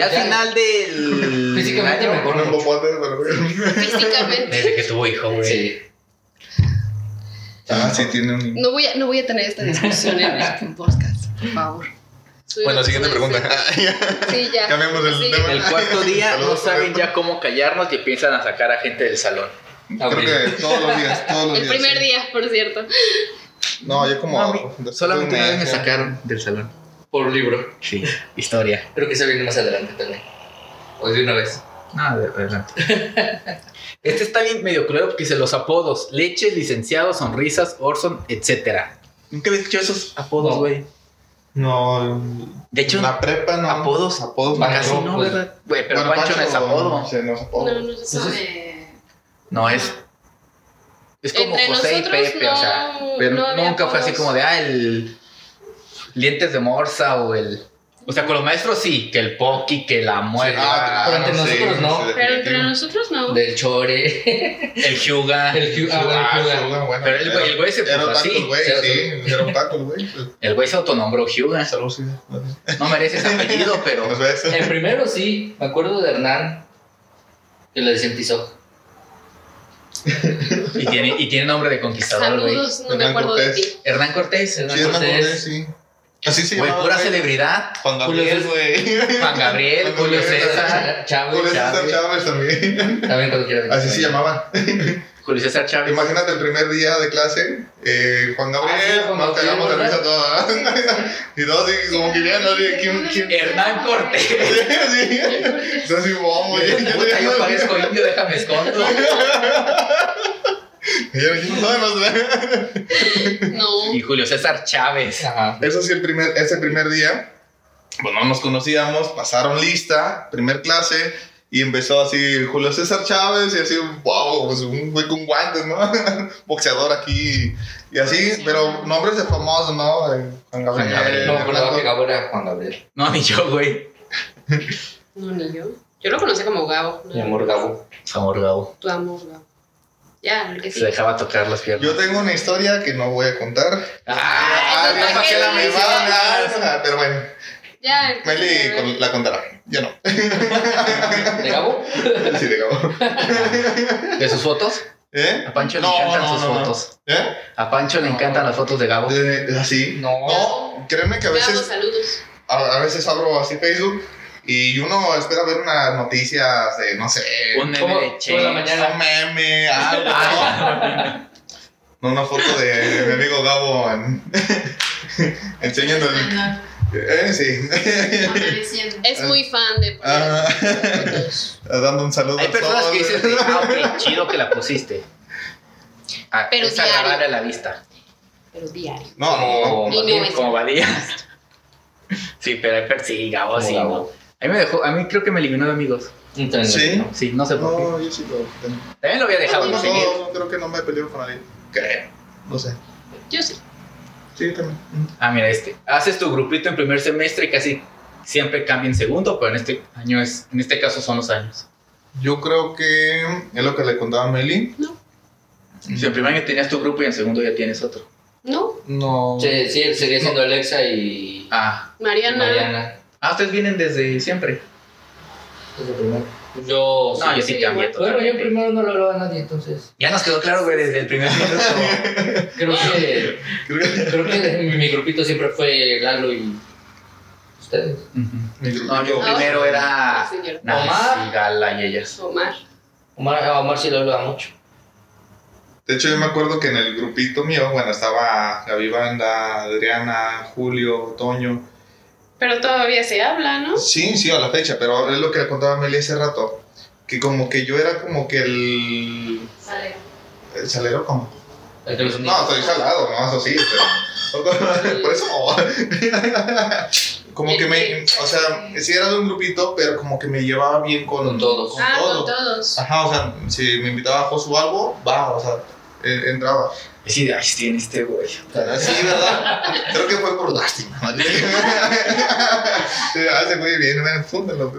[SPEAKER 1] al
[SPEAKER 2] Ya.
[SPEAKER 1] final del.
[SPEAKER 2] Físicamente
[SPEAKER 1] año-
[SPEAKER 2] me
[SPEAKER 3] Con un
[SPEAKER 2] acuerdo.
[SPEAKER 3] popote, pero
[SPEAKER 4] Físicamente.
[SPEAKER 1] Desde que tuvo hijo, güey.
[SPEAKER 2] Sí.
[SPEAKER 3] (laughs) Ah, sí, tiene (laughs) un.
[SPEAKER 4] No voy, a, no voy a tener esta discusión en este podcast, por favor. Soy
[SPEAKER 3] Bueno,
[SPEAKER 4] una
[SPEAKER 3] siguiente
[SPEAKER 4] persona
[SPEAKER 3] pregunta.
[SPEAKER 1] (laughs)
[SPEAKER 4] decente. Sí, ya.
[SPEAKER 3] Cambiamos el
[SPEAKER 4] Sigue.
[SPEAKER 3] tema.
[SPEAKER 1] El cuarto día no
[SPEAKER 3] Saludos,
[SPEAKER 1] saben ya cómo callarnos y empiezan a sacar a gente del salón.
[SPEAKER 3] Creo que todos los días, todos los días.
[SPEAKER 4] El primer
[SPEAKER 3] sí.
[SPEAKER 4] día, por cierto.
[SPEAKER 3] No, yo como.
[SPEAKER 1] No, a mí
[SPEAKER 3] después de
[SPEAKER 1] Solamente
[SPEAKER 3] un
[SPEAKER 1] una vez me
[SPEAKER 3] mes, ya.
[SPEAKER 1] sacaron del salón.
[SPEAKER 2] Por un libro.
[SPEAKER 1] Sí, historia.
[SPEAKER 2] Creo que se viene más adelante también. O de una vez.
[SPEAKER 1] No, Ah, de- adelante. (laughs) Este está bien medio culero porque dice los apodos: leches, licenciado, sonrisas, Orson, etcétera. Nunca había escuchado esos apodos,
[SPEAKER 2] No.
[SPEAKER 1] güey.
[SPEAKER 3] No.
[SPEAKER 1] De hecho,
[SPEAKER 3] la prepa no.
[SPEAKER 1] apodos.
[SPEAKER 3] Apodos.
[SPEAKER 2] Vaca-
[SPEAKER 1] casi no,
[SPEAKER 2] pues.
[SPEAKER 1] ¿verdad? Güey, pero
[SPEAKER 3] Bueno,
[SPEAKER 1] Pancho no es apodo.
[SPEAKER 3] Sí, no es
[SPEAKER 1] Oh,
[SPEAKER 3] apodo.
[SPEAKER 4] No, no sé.
[SPEAKER 2] Entonces,
[SPEAKER 1] No es. Es como
[SPEAKER 4] Entre
[SPEAKER 1] José y
[SPEAKER 4] nosotros
[SPEAKER 1] Pepe, o sea.
[SPEAKER 4] no-
[SPEAKER 1] Pero
[SPEAKER 4] no había
[SPEAKER 1] nunca fue así
[SPEAKER 4] apodos.
[SPEAKER 1] como de, ah, el. Dientes de morsa o el. O sea, con los maestros sí, que el poqui, que la muerte,
[SPEAKER 3] Ah,
[SPEAKER 2] Pero entre
[SPEAKER 3] sí,
[SPEAKER 2] nosotros no.
[SPEAKER 3] sí,
[SPEAKER 4] Pero entre
[SPEAKER 3] definitivo.
[SPEAKER 4] nosotros no.
[SPEAKER 2] Del chore.
[SPEAKER 1] el Hyuga.
[SPEAKER 2] El Hugh- ah, bueno,
[SPEAKER 3] Ah,
[SPEAKER 2] el Hugh-
[SPEAKER 3] sí, bueno, bueno.
[SPEAKER 1] Pero el güey- el güey se
[SPEAKER 3] Era
[SPEAKER 1] puso así.
[SPEAKER 3] otaku, güey,
[SPEAKER 2] Sí,
[SPEAKER 3] sí. Era otaku, güey.
[SPEAKER 1] El güey se autonombró Hyuga.
[SPEAKER 3] Saludos, sí.
[SPEAKER 1] No merece ese apellido, Ah. pero.
[SPEAKER 3] Nos ves.
[SPEAKER 2] El primero sí, me acuerdo de Hernán, que le decían Tizoc.
[SPEAKER 1] Y tiene, y tiene nombre de conquistador, güey.
[SPEAKER 4] Saludos, no me
[SPEAKER 3] Hernán
[SPEAKER 4] acuerdo de
[SPEAKER 3] Cortés.
[SPEAKER 4] ti.
[SPEAKER 1] Hernán Cortés.
[SPEAKER 2] Hernán
[SPEAKER 3] Sí, es
[SPEAKER 2] Cortés.
[SPEAKER 3] Manuel, sí. Así se
[SPEAKER 1] Güey,
[SPEAKER 3] llamaba,
[SPEAKER 1] pura
[SPEAKER 3] güey.
[SPEAKER 1] celebridad.
[SPEAKER 3] Juan Gabriel,
[SPEAKER 2] Julio
[SPEAKER 3] (laughs) güey.
[SPEAKER 1] Juan Gabriel, Julio César.
[SPEAKER 2] Chávez,
[SPEAKER 3] Julio César
[SPEAKER 2] Chávez.
[SPEAKER 3] Chávez también.
[SPEAKER 2] También cuando quieras.
[SPEAKER 3] Así se llamaban.
[SPEAKER 1] Julio César Chávez.
[SPEAKER 3] Imagínate el primer día de clase, eh, Juan Gabriel,
[SPEAKER 2] Ah, sí, Juan
[SPEAKER 3] nos
[SPEAKER 2] Gabriel,
[SPEAKER 3] cagamos de
[SPEAKER 2] ¿verdad?
[SPEAKER 3] risa todos, ¿verdad? y todos así como que bien, así, ¿quién? quién? (laughs)
[SPEAKER 1] Hernán Cortés.
[SPEAKER 3] Sí, así, así, wow, güey.
[SPEAKER 1] Puta, yo parezco indio, déjame
[SPEAKER 3] (laughs)
[SPEAKER 1] escondo.
[SPEAKER 3] Y yo, ¿quién sabe más, verdad?
[SPEAKER 4] No.
[SPEAKER 1] Y Julio César Chávez.
[SPEAKER 2] Ajá.
[SPEAKER 3] Eso sí, el primer, ese primer día, pues no nos conocíamos, pasaron lista, primer clase, y empezó así Julio César Chávez, y así, wow, pues un güey con guantes, ¿no? (laughs) Boxeador aquí, y así, pero nombres de famosos, ¿no? Eh, Juan Gabriel.
[SPEAKER 1] Gabriel,
[SPEAKER 2] No me
[SPEAKER 3] Hernando-
[SPEAKER 2] acordaba que Gabo era Juan Gabriel.
[SPEAKER 1] No, ni yo, güey.
[SPEAKER 4] No, ni yo. Yo lo conocí como Gabo.
[SPEAKER 2] Mi amor Gabo.
[SPEAKER 1] Amor Gabo.
[SPEAKER 4] Tu amor, Gabo. Ya, el que sí.
[SPEAKER 1] Se dejaba tocar las piernas.
[SPEAKER 3] Yo tengo una historia que no voy a contar.
[SPEAKER 1] Ah,
[SPEAKER 4] Ah,
[SPEAKER 1] Dios,
[SPEAKER 4] eso
[SPEAKER 1] ¿para
[SPEAKER 4] está
[SPEAKER 1] qué la
[SPEAKER 4] genial.
[SPEAKER 1] mencionas?
[SPEAKER 3] Ah, Pero bueno,
[SPEAKER 4] Ya, el que sí.
[SPEAKER 3] Meli con- la contará. Yo no. (laughs)
[SPEAKER 2] ¿De Gabo?
[SPEAKER 3] Sí, de Gabo.
[SPEAKER 1] ¿De sus fotos?
[SPEAKER 3] ¿Eh?
[SPEAKER 1] A Pancho le
[SPEAKER 3] No,
[SPEAKER 1] encantan
[SPEAKER 3] no,
[SPEAKER 1] sus
[SPEAKER 3] no, no.
[SPEAKER 1] fotos.
[SPEAKER 3] ¿Eh?
[SPEAKER 1] A Pancho le encantan las fotos de Gabo.
[SPEAKER 3] De- así.
[SPEAKER 2] No.
[SPEAKER 3] No, créeme que a
[SPEAKER 4] Gabo,
[SPEAKER 3] veces,
[SPEAKER 4] saludos.
[SPEAKER 3] a, a veces abro así Facebook y uno espera ver unas noticias de, no sé,
[SPEAKER 1] Un meme
[SPEAKER 2] ¿Cómo?
[SPEAKER 1] de
[SPEAKER 2] Toda la
[SPEAKER 1] Che.
[SPEAKER 2] mañana.
[SPEAKER 3] un meme, algo, ¿no? Una foto de, de mi amigo Gabo en, (laughs) enseñando el... Eh, sí.
[SPEAKER 4] Es muy fan de
[SPEAKER 3] Ah, (laughs)
[SPEAKER 4] fotos.
[SPEAKER 3] dando un saludo.
[SPEAKER 1] Hay
[SPEAKER 3] al
[SPEAKER 1] personas
[SPEAKER 3] sol.
[SPEAKER 1] que dicen, de, ah, ok, chido que la pusiste. Ah,
[SPEAKER 4] Pero
[SPEAKER 1] es
[SPEAKER 4] diario.
[SPEAKER 1] agradable a la vista.
[SPEAKER 4] pero diario.
[SPEAKER 3] No, no, no.
[SPEAKER 1] Como
[SPEAKER 4] Y no
[SPEAKER 1] Badía.
[SPEAKER 4] es-
[SPEAKER 1] Como Badía. Sí, pero hay per- sí, Gabo,
[SPEAKER 2] Como
[SPEAKER 1] Oh, sí.
[SPEAKER 2] Gabo.
[SPEAKER 1] ¿no? A mí me dejó, a mí creo que me eliminó de amigos.
[SPEAKER 2] Entonces,
[SPEAKER 3] Sí.
[SPEAKER 2] no.
[SPEAKER 1] Sí, no sé por qué.
[SPEAKER 3] No, yo sí lo tengo.
[SPEAKER 1] También lo había dejado de
[SPEAKER 3] No,
[SPEAKER 1] seguir.
[SPEAKER 3] no, creo que no me peleo con nadie. Creo. No sé.
[SPEAKER 4] Yo sí.
[SPEAKER 3] Sí, también. Mm.
[SPEAKER 1] Ah, mira este. Haces tu grupito en primer semestre y casi siempre cambia en segundo, pero en este año es, en este caso son los años.
[SPEAKER 3] Yo creo que es lo que le contaba a Meli.
[SPEAKER 4] No.
[SPEAKER 1] Si en primer año tenías tu grupo y en segundo ya tienes otro.
[SPEAKER 4] No,
[SPEAKER 3] No.
[SPEAKER 2] Sí, sí, seguía siendo Alexa y
[SPEAKER 1] Ah,
[SPEAKER 4] Mariana.
[SPEAKER 2] Mariana.
[SPEAKER 1] ah ustedes vienen desde siempre.
[SPEAKER 2] Desde primero. Yo.
[SPEAKER 1] No, yo sí
[SPEAKER 4] sí,
[SPEAKER 1] cambié
[SPEAKER 4] igual.
[SPEAKER 2] Bueno, yo
[SPEAKER 1] totalmente.
[SPEAKER 2] primero no lo hablaba a nadie, entonces.
[SPEAKER 1] Ya nos quedó claro, güey, desde el primer (laughs) minuto.
[SPEAKER 2] Creo que.
[SPEAKER 3] (laughs) Creo que
[SPEAKER 2] creo que mi, mi grupito siempre fue Lalo y. Ustedes.
[SPEAKER 1] Ujú.
[SPEAKER 3] mi grupito-
[SPEAKER 1] no, yo Ah, primero era
[SPEAKER 4] Sí, señora.
[SPEAKER 1] Nancy,
[SPEAKER 2] Omar.
[SPEAKER 1] Gala y ellas.
[SPEAKER 4] Ah. Omar.
[SPEAKER 2] Omar, a Omar sí lo hablaba mucho.
[SPEAKER 3] De hecho, yo me acuerdo que en el grupito mío, bueno, estaba Gaby Banda, Adriana, Julio, Toño.
[SPEAKER 4] Pero todavía se habla, ¿no?
[SPEAKER 3] Sí, sí, a la fecha, pero es lo que le contaba a Meli hace rato. Que como que yo era como que el.
[SPEAKER 4] Vale.
[SPEAKER 3] el salero, como.
[SPEAKER 2] El que los unía.
[SPEAKER 3] No, estoy salado, no, eso sí, pero. (laughs) Por eso no. Como que me. O sea, sí era de un grupito, pero como que me llevaba bien con,
[SPEAKER 2] Con todos.
[SPEAKER 3] con
[SPEAKER 4] Ah,
[SPEAKER 3] todo.
[SPEAKER 4] con todos.
[SPEAKER 3] Ajá, o sea, si me invitaba a Josu o algo, va, o sea, eh, entraba.
[SPEAKER 1] Y sí, ay, tiene este güey.
[SPEAKER 3] Ah, Sí, ¿verdad? Creo que fue por lástima. ¿vale? Sí, Hace muy bien, me fúndalo.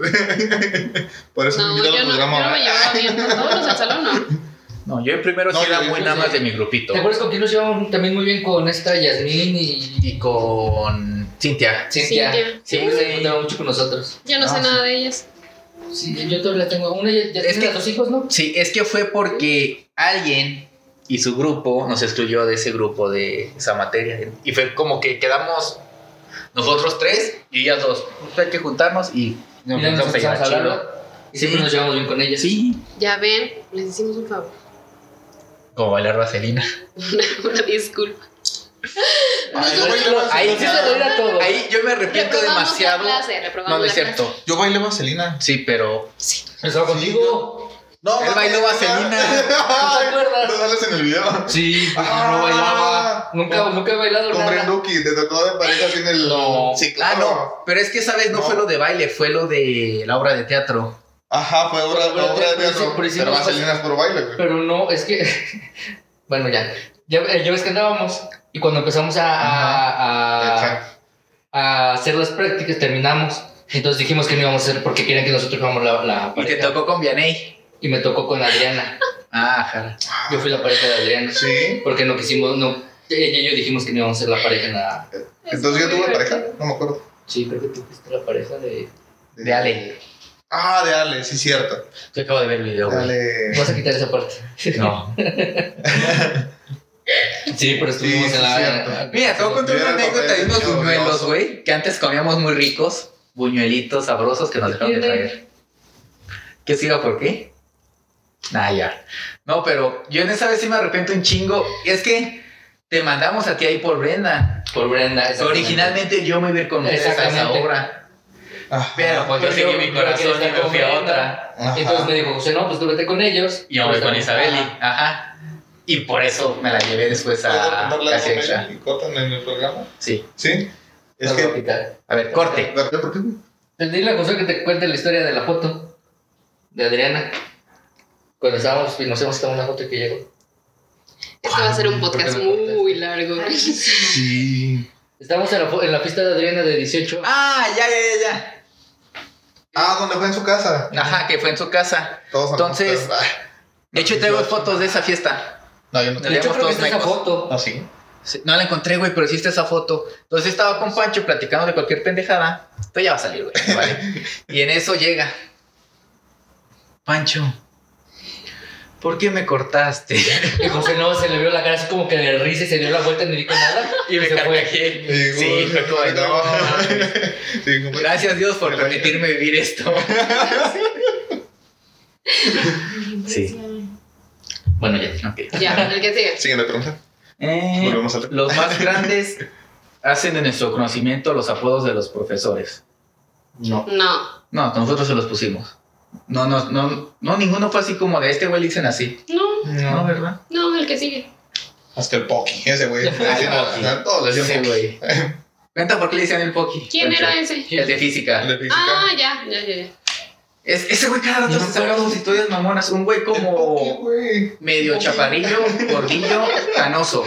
[SPEAKER 3] Por eso
[SPEAKER 4] No,
[SPEAKER 3] me invitaron
[SPEAKER 4] yo
[SPEAKER 3] pues al
[SPEAKER 4] no, yo no
[SPEAKER 3] programa.
[SPEAKER 4] me llevaba bien con todos los del salón, ¿no?
[SPEAKER 1] No, yo en primero
[SPEAKER 3] No,
[SPEAKER 1] sí era
[SPEAKER 3] yo- yo
[SPEAKER 1] muy
[SPEAKER 2] sí,
[SPEAKER 1] nada más
[SPEAKER 2] sí.
[SPEAKER 1] de mi grupito.
[SPEAKER 2] ¿Te acuerdas con quién nos llevamos también muy bien con esta Yasmín y
[SPEAKER 1] Y con Cintia.
[SPEAKER 2] Cintia?
[SPEAKER 4] Cintia.
[SPEAKER 2] Siempre
[SPEAKER 1] Sí.
[SPEAKER 2] se juntaban mucho con nosotros.
[SPEAKER 4] Yo no
[SPEAKER 1] Ah,
[SPEAKER 4] sé
[SPEAKER 1] sí.
[SPEAKER 4] nada de ellas.
[SPEAKER 2] Sí, yo todavía tengo. Una ya, ya
[SPEAKER 1] Es
[SPEAKER 2] tiene
[SPEAKER 1] que-
[SPEAKER 2] dos hijos, ¿no?
[SPEAKER 1] Sí, es que fue porque alguien y su grupo nos excluyó de ese grupo de esa materia. Y fue como que quedamos nosotros tres y ellas dos. Pues hay que juntarnos y nos
[SPEAKER 2] Mira, nos
[SPEAKER 1] empezamos a llevar
[SPEAKER 2] empezamos a
[SPEAKER 1] chido.
[SPEAKER 2] hablar. Y siempre
[SPEAKER 1] Sí.
[SPEAKER 2] nos llevamos bien con ellas.
[SPEAKER 1] Sí,
[SPEAKER 4] Ya ven, les hicimos un favor. (laughs)
[SPEAKER 1] como bailar vaselina.
[SPEAKER 4] Una disculpa.
[SPEAKER 3] Ay,
[SPEAKER 4] Nosotros
[SPEAKER 3] bailé vaselina.
[SPEAKER 1] Ahí sí se lo
[SPEAKER 2] a todos.
[SPEAKER 1] Ahí yo me arrepiento
[SPEAKER 4] reprobamos
[SPEAKER 1] demasiado.
[SPEAKER 4] La clase, reprobamos
[SPEAKER 1] No, no es
[SPEAKER 4] la
[SPEAKER 1] cierto.
[SPEAKER 3] Yo bailé vaselina.
[SPEAKER 1] Sí, pero.
[SPEAKER 4] clase. Sí.
[SPEAKER 2] Estaba contigo.
[SPEAKER 3] No,
[SPEAKER 1] Él
[SPEAKER 3] no,
[SPEAKER 1] bailó
[SPEAKER 3] no,
[SPEAKER 1] vaselina.
[SPEAKER 2] ¿No te (laughs)
[SPEAKER 3] Ay,
[SPEAKER 2] acuerdas?
[SPEAKER 3] No sales en el video.
[SPEAKER 2] Sí, pues,
[SPEAKER 3] Ah.
[SPEAKER 2] no bailaba. Nunca, nunca he bailado
[SPEAKER 3] Con
[SPEAKER 2] nada.
[SPEAKER 3] Brenduki, te tocó de pareja así en el.
[SPEAKER 2] No.
[SPEAKER 3] Sí,
[SPEAKER 1] Ah,
[SPEAKER 3] claro.
[SPEAKER 1] no. Pero es que esa vez no,
[SPEAKER 3] No.
[SPEAKER 1] fue lo de baile, fue lo de la obra de teatro.
[SPEAKER 3] Ajá, fue obra,
[SPEAKER 2] Pero, pero,
[SPEAKER 3] obra de
[SPEAKER 2] pero,
[SPEAKER 3] teatro.
[SPEAKER 2] pero,
[SPEAKER 3] Pero
[SPEAKER 2] pero,
[SPEAKER 3] vaselina es puro baile, güey.
[SPEAKER 2] Pero no, es que. (laughs) bueno, ya. Ya, eh, ya ves que andábamos. Y cuando empezamos a, a, a-
[SPEAKER 3] Ajá.
[SPEAKER 2] a hacer las prácticas, terminamos. Entonces dijimos que no íbamos a hacer porque querían que nosotros fuéramos la, la
[SPEAKER 1] Y te
[SPEAKER 2] pareja.
[SPEAKER 1] tocó con Vianey.
[SPEAKER 2] Y me tocó con Adriana.
[SPEAKER 1] Ah, jara.
[SPEAKER 2] Yo fui la pareja de Adriana.
[SPEAKER 3] Sí.
[SPEAKER 2] Porque no quisimos, no. Ella y yo dijimos que no íbamos a ser la pareja en la.
[SPEAKER 3] Entonces yo
[SPEAKER 4] Estuvo
[SPEAKER 3] tuve pareja,
[SPEAKER 4] divertido.
[SPEAKER 3] no me acuerdo.
[SPEAKER 2] Sí, creo que tú fuiste la pareja de.
[SPEAKER 1] De Ale.
[SPEAKER 3] Ah, de Ale, sí, cierto.
[SPEAKER 1] Yo acabo de ver el video,
[SPEAKER 3] De
[SPEAKER 1] güey.
[SPEAKER 3] Ale.
[SPEAKER 2] Vas a quitar esa parte.
[SPEAKER 1] No.
[SPEAKER 2] Sí, pero estuvimos
[SPEAKER 3] Sí,
[SPEAKER 2] en
[SPEAKER 3] sí,
[SPEAKER 2] la.
[SPEAKER 3] cierto.
[SPEAKER 1] Mira, te voy a contar
[SPEAKER 3] Yo
[SPEAKER 1] una
[SPEAKER 3] era el
[SPEAKER 1] anécdota de
[SPEAKER 3] papel
[SPEAKER 1] unos
[SPEAKER 3] niño
[SPEAKER 1] buñuelos,
[SPEAKER 3] odioso.
[SPEAKER 1] güey, que antes comíamos muy ricos, buñuelitos sabrosos que nos dejaron de
[SPEAKER 2] Tiene-
[SPEAKER 1] traer. ¿Qué siga por qué? Nah, ya. No, pero yo en esa vez sí me arrepiento un chingo. Es que te mandamos a ti ahí por Brenda.
[SPEAKER 2] Por Brenda. exactamente.
[SPEAKER 1] Originalmente yo me iba a ir con ustedes a esa
[SPEAKER 2] Exactamente.
[SPEAKER 1] obra.
[SPEAKER 3] Ah.
[SPEAKER 1] Pero pues yo
[SPEAKER 2] Pero
[SPEAKER 1] seguí mi
[SPEAKER 2] yo quería
[SPEAKER 1] corazón y
[SPEAKER 2] estar
[SPEAKER 1] me
[SPEAKER 2] con
[SPEAKER 1] fui a
[SPEAKER 2] Brenda.
[SPEAKER 1] otra.
[SPEAKER 3] Ajá.
[SPEAKER 2] Entonces me dijo José, no, pues tú vete con ellos.
[SPEAKER 1] Y yo me voy con
[SPEAKER 2] Pues,
[SPEAKER 1] Isabeli.
[SPEAKER 2] ah,
[SPEAKER 1] Ajá. Y por eso me la llevé después a
[SPEAKER 3] ¿Puedo
[SPEAKER 1] Casi
[SPEAKER 3] ponerle
[SPEAKER 1] Extra.
[SPEAKER 3] algo, Meli, y cortan en el programa?
[SPEAKER 1] Sí.
[SPEAKER 3] Sí. Es
[SPEAKER 2] no lo
[SPEAKER 3] que.
[SPEAKER 2] quitar.
[SPEAKER 1] A ver, corte.
[SPEAKER 3] ¿Por qué? ¿Por qué?
[SPEAKER 2] Pues dile a José que te cuente la historia de la foto de Adriana. Cuando estábamos, y nos hemos tomado una foto que llegó.
[SPEAKER 4] Este va a ser
[SPEAKER 1] Ah,
[SPEAKER 4] un podcast
[SPEAKER 2] ¿Por qué me cortaste?
[SPEAKER 4] muy largo. (laughs)
[SPEAKER 3] Sí.
[SPEAKER 2] Estábamos en la, fo- en la fiesta de Adriana de 18.
[SPEAKER 1] Ah, ya, ya, ya,
[SPEAKER 3] Ah, donde fue en su casa.
[SPEAKER 1] ya. Ajá, que fue en su casa.
[SPEAKER 3] Todos andamos
[SPEAKER 1] Entonces-
[SPEAKER 3] pedos. Ah,
[SPEAKER 1] De hecho, traigo fotos de esa fiesta.
[SPEAKER 3] No, yo no
[SPEAKER 2] de
[SPEAKER 3] tengo.
[SPEAKER 2] hecho,
[SPEAKER 1] éramos
[SPEAKER 2] creo que
[SPEAKER 1] todos
[SPEAKER 2] está esa
[SPEAKER 1] mecos.
[SPEAKER 2] foto.
[SPEAKER 3] Ah, sí.
[SPEAKER 1] Sí, No la encontré, güey, pero hiciste esa foto. Entonces estaba con Pancho platicando de cualquier pendejada. Esto ya va a salir, güey. Vale. Y en eso llega. Pancho, ¿por qué me cortaste?
[SPEAKER 2] Y José no se le vio la cara así como que de risa y se dio la vuelta y no dijo nada.
[SPEAKER 1] Y me
[SPEAKER 2] se fue.
[SPEAKER 1] carcajé. Sí, fue como de,
[SPEAKER 3] (laughs)
[SPEAKER 1] no, mames.
[SPEAKER 3] Sí, como-
[SPEAKER 1] Gracias Dios por permitirme vivir esto. Sí.
[SPEAKER 2] Bueno, ya.
[SPEAKER 1] Ok.
[SPEAKER 4] Ya, el que sigue.
[SPEAKER 3] Siguiente pregunta.
[SPEAKER 1] Eh,
[SPEAKER 3] Volvemos al-
[SPEAKER 1] los más grandes hacen de nuestro conocimiento los apodos de los profesores.
[SPEAKER 2] No.
[SPEAKER 4] No.
[SPEAKER 1] No, nosotros se los pusimos. No, no, no, no, ninguno fue así como de este güey le dicen así.
[SPEAKER 4] No,
[SPEAKER 1] No,
[SPEAKER 3] No.
[SPEAKER 1] ¿verdad?
[SPEAKER 4] no, el que sigue.
[SPEAKER 3] Hasta el Pocky, ese güey.
[SPEAKER 1] (laughs) Ay, Ah, Pocky.
[SPEAKER 3] Todos le decían
[SPEAKER 1] Sí,
[SPEAKER 3] Pocky.
[SPEAKER 1] güey. (laughs) Cuenta por qué le decían el Poki.
[SPEAKER 4] ¿Quién era ese?
[SPEAKER 1] El de física.
[SPEAKER 3] El de física.
[SPEAKER 4] Ah, ya, ya, ya. ya.
[SPEAKER 1] Es, ese güey cada rato
[SPEAKER 2] No
[SPEAKER 1] se saca
[SPEAKER 2] puedo.
[SPEAKER 1] sus historias mamonas. Un güey
[SPEAKER 3] El Poki,
[SPEAKER 1] como
[SPEAKER 3] güey.
[SPEAKER 1] medio chaparrillo, gordillo, canoso,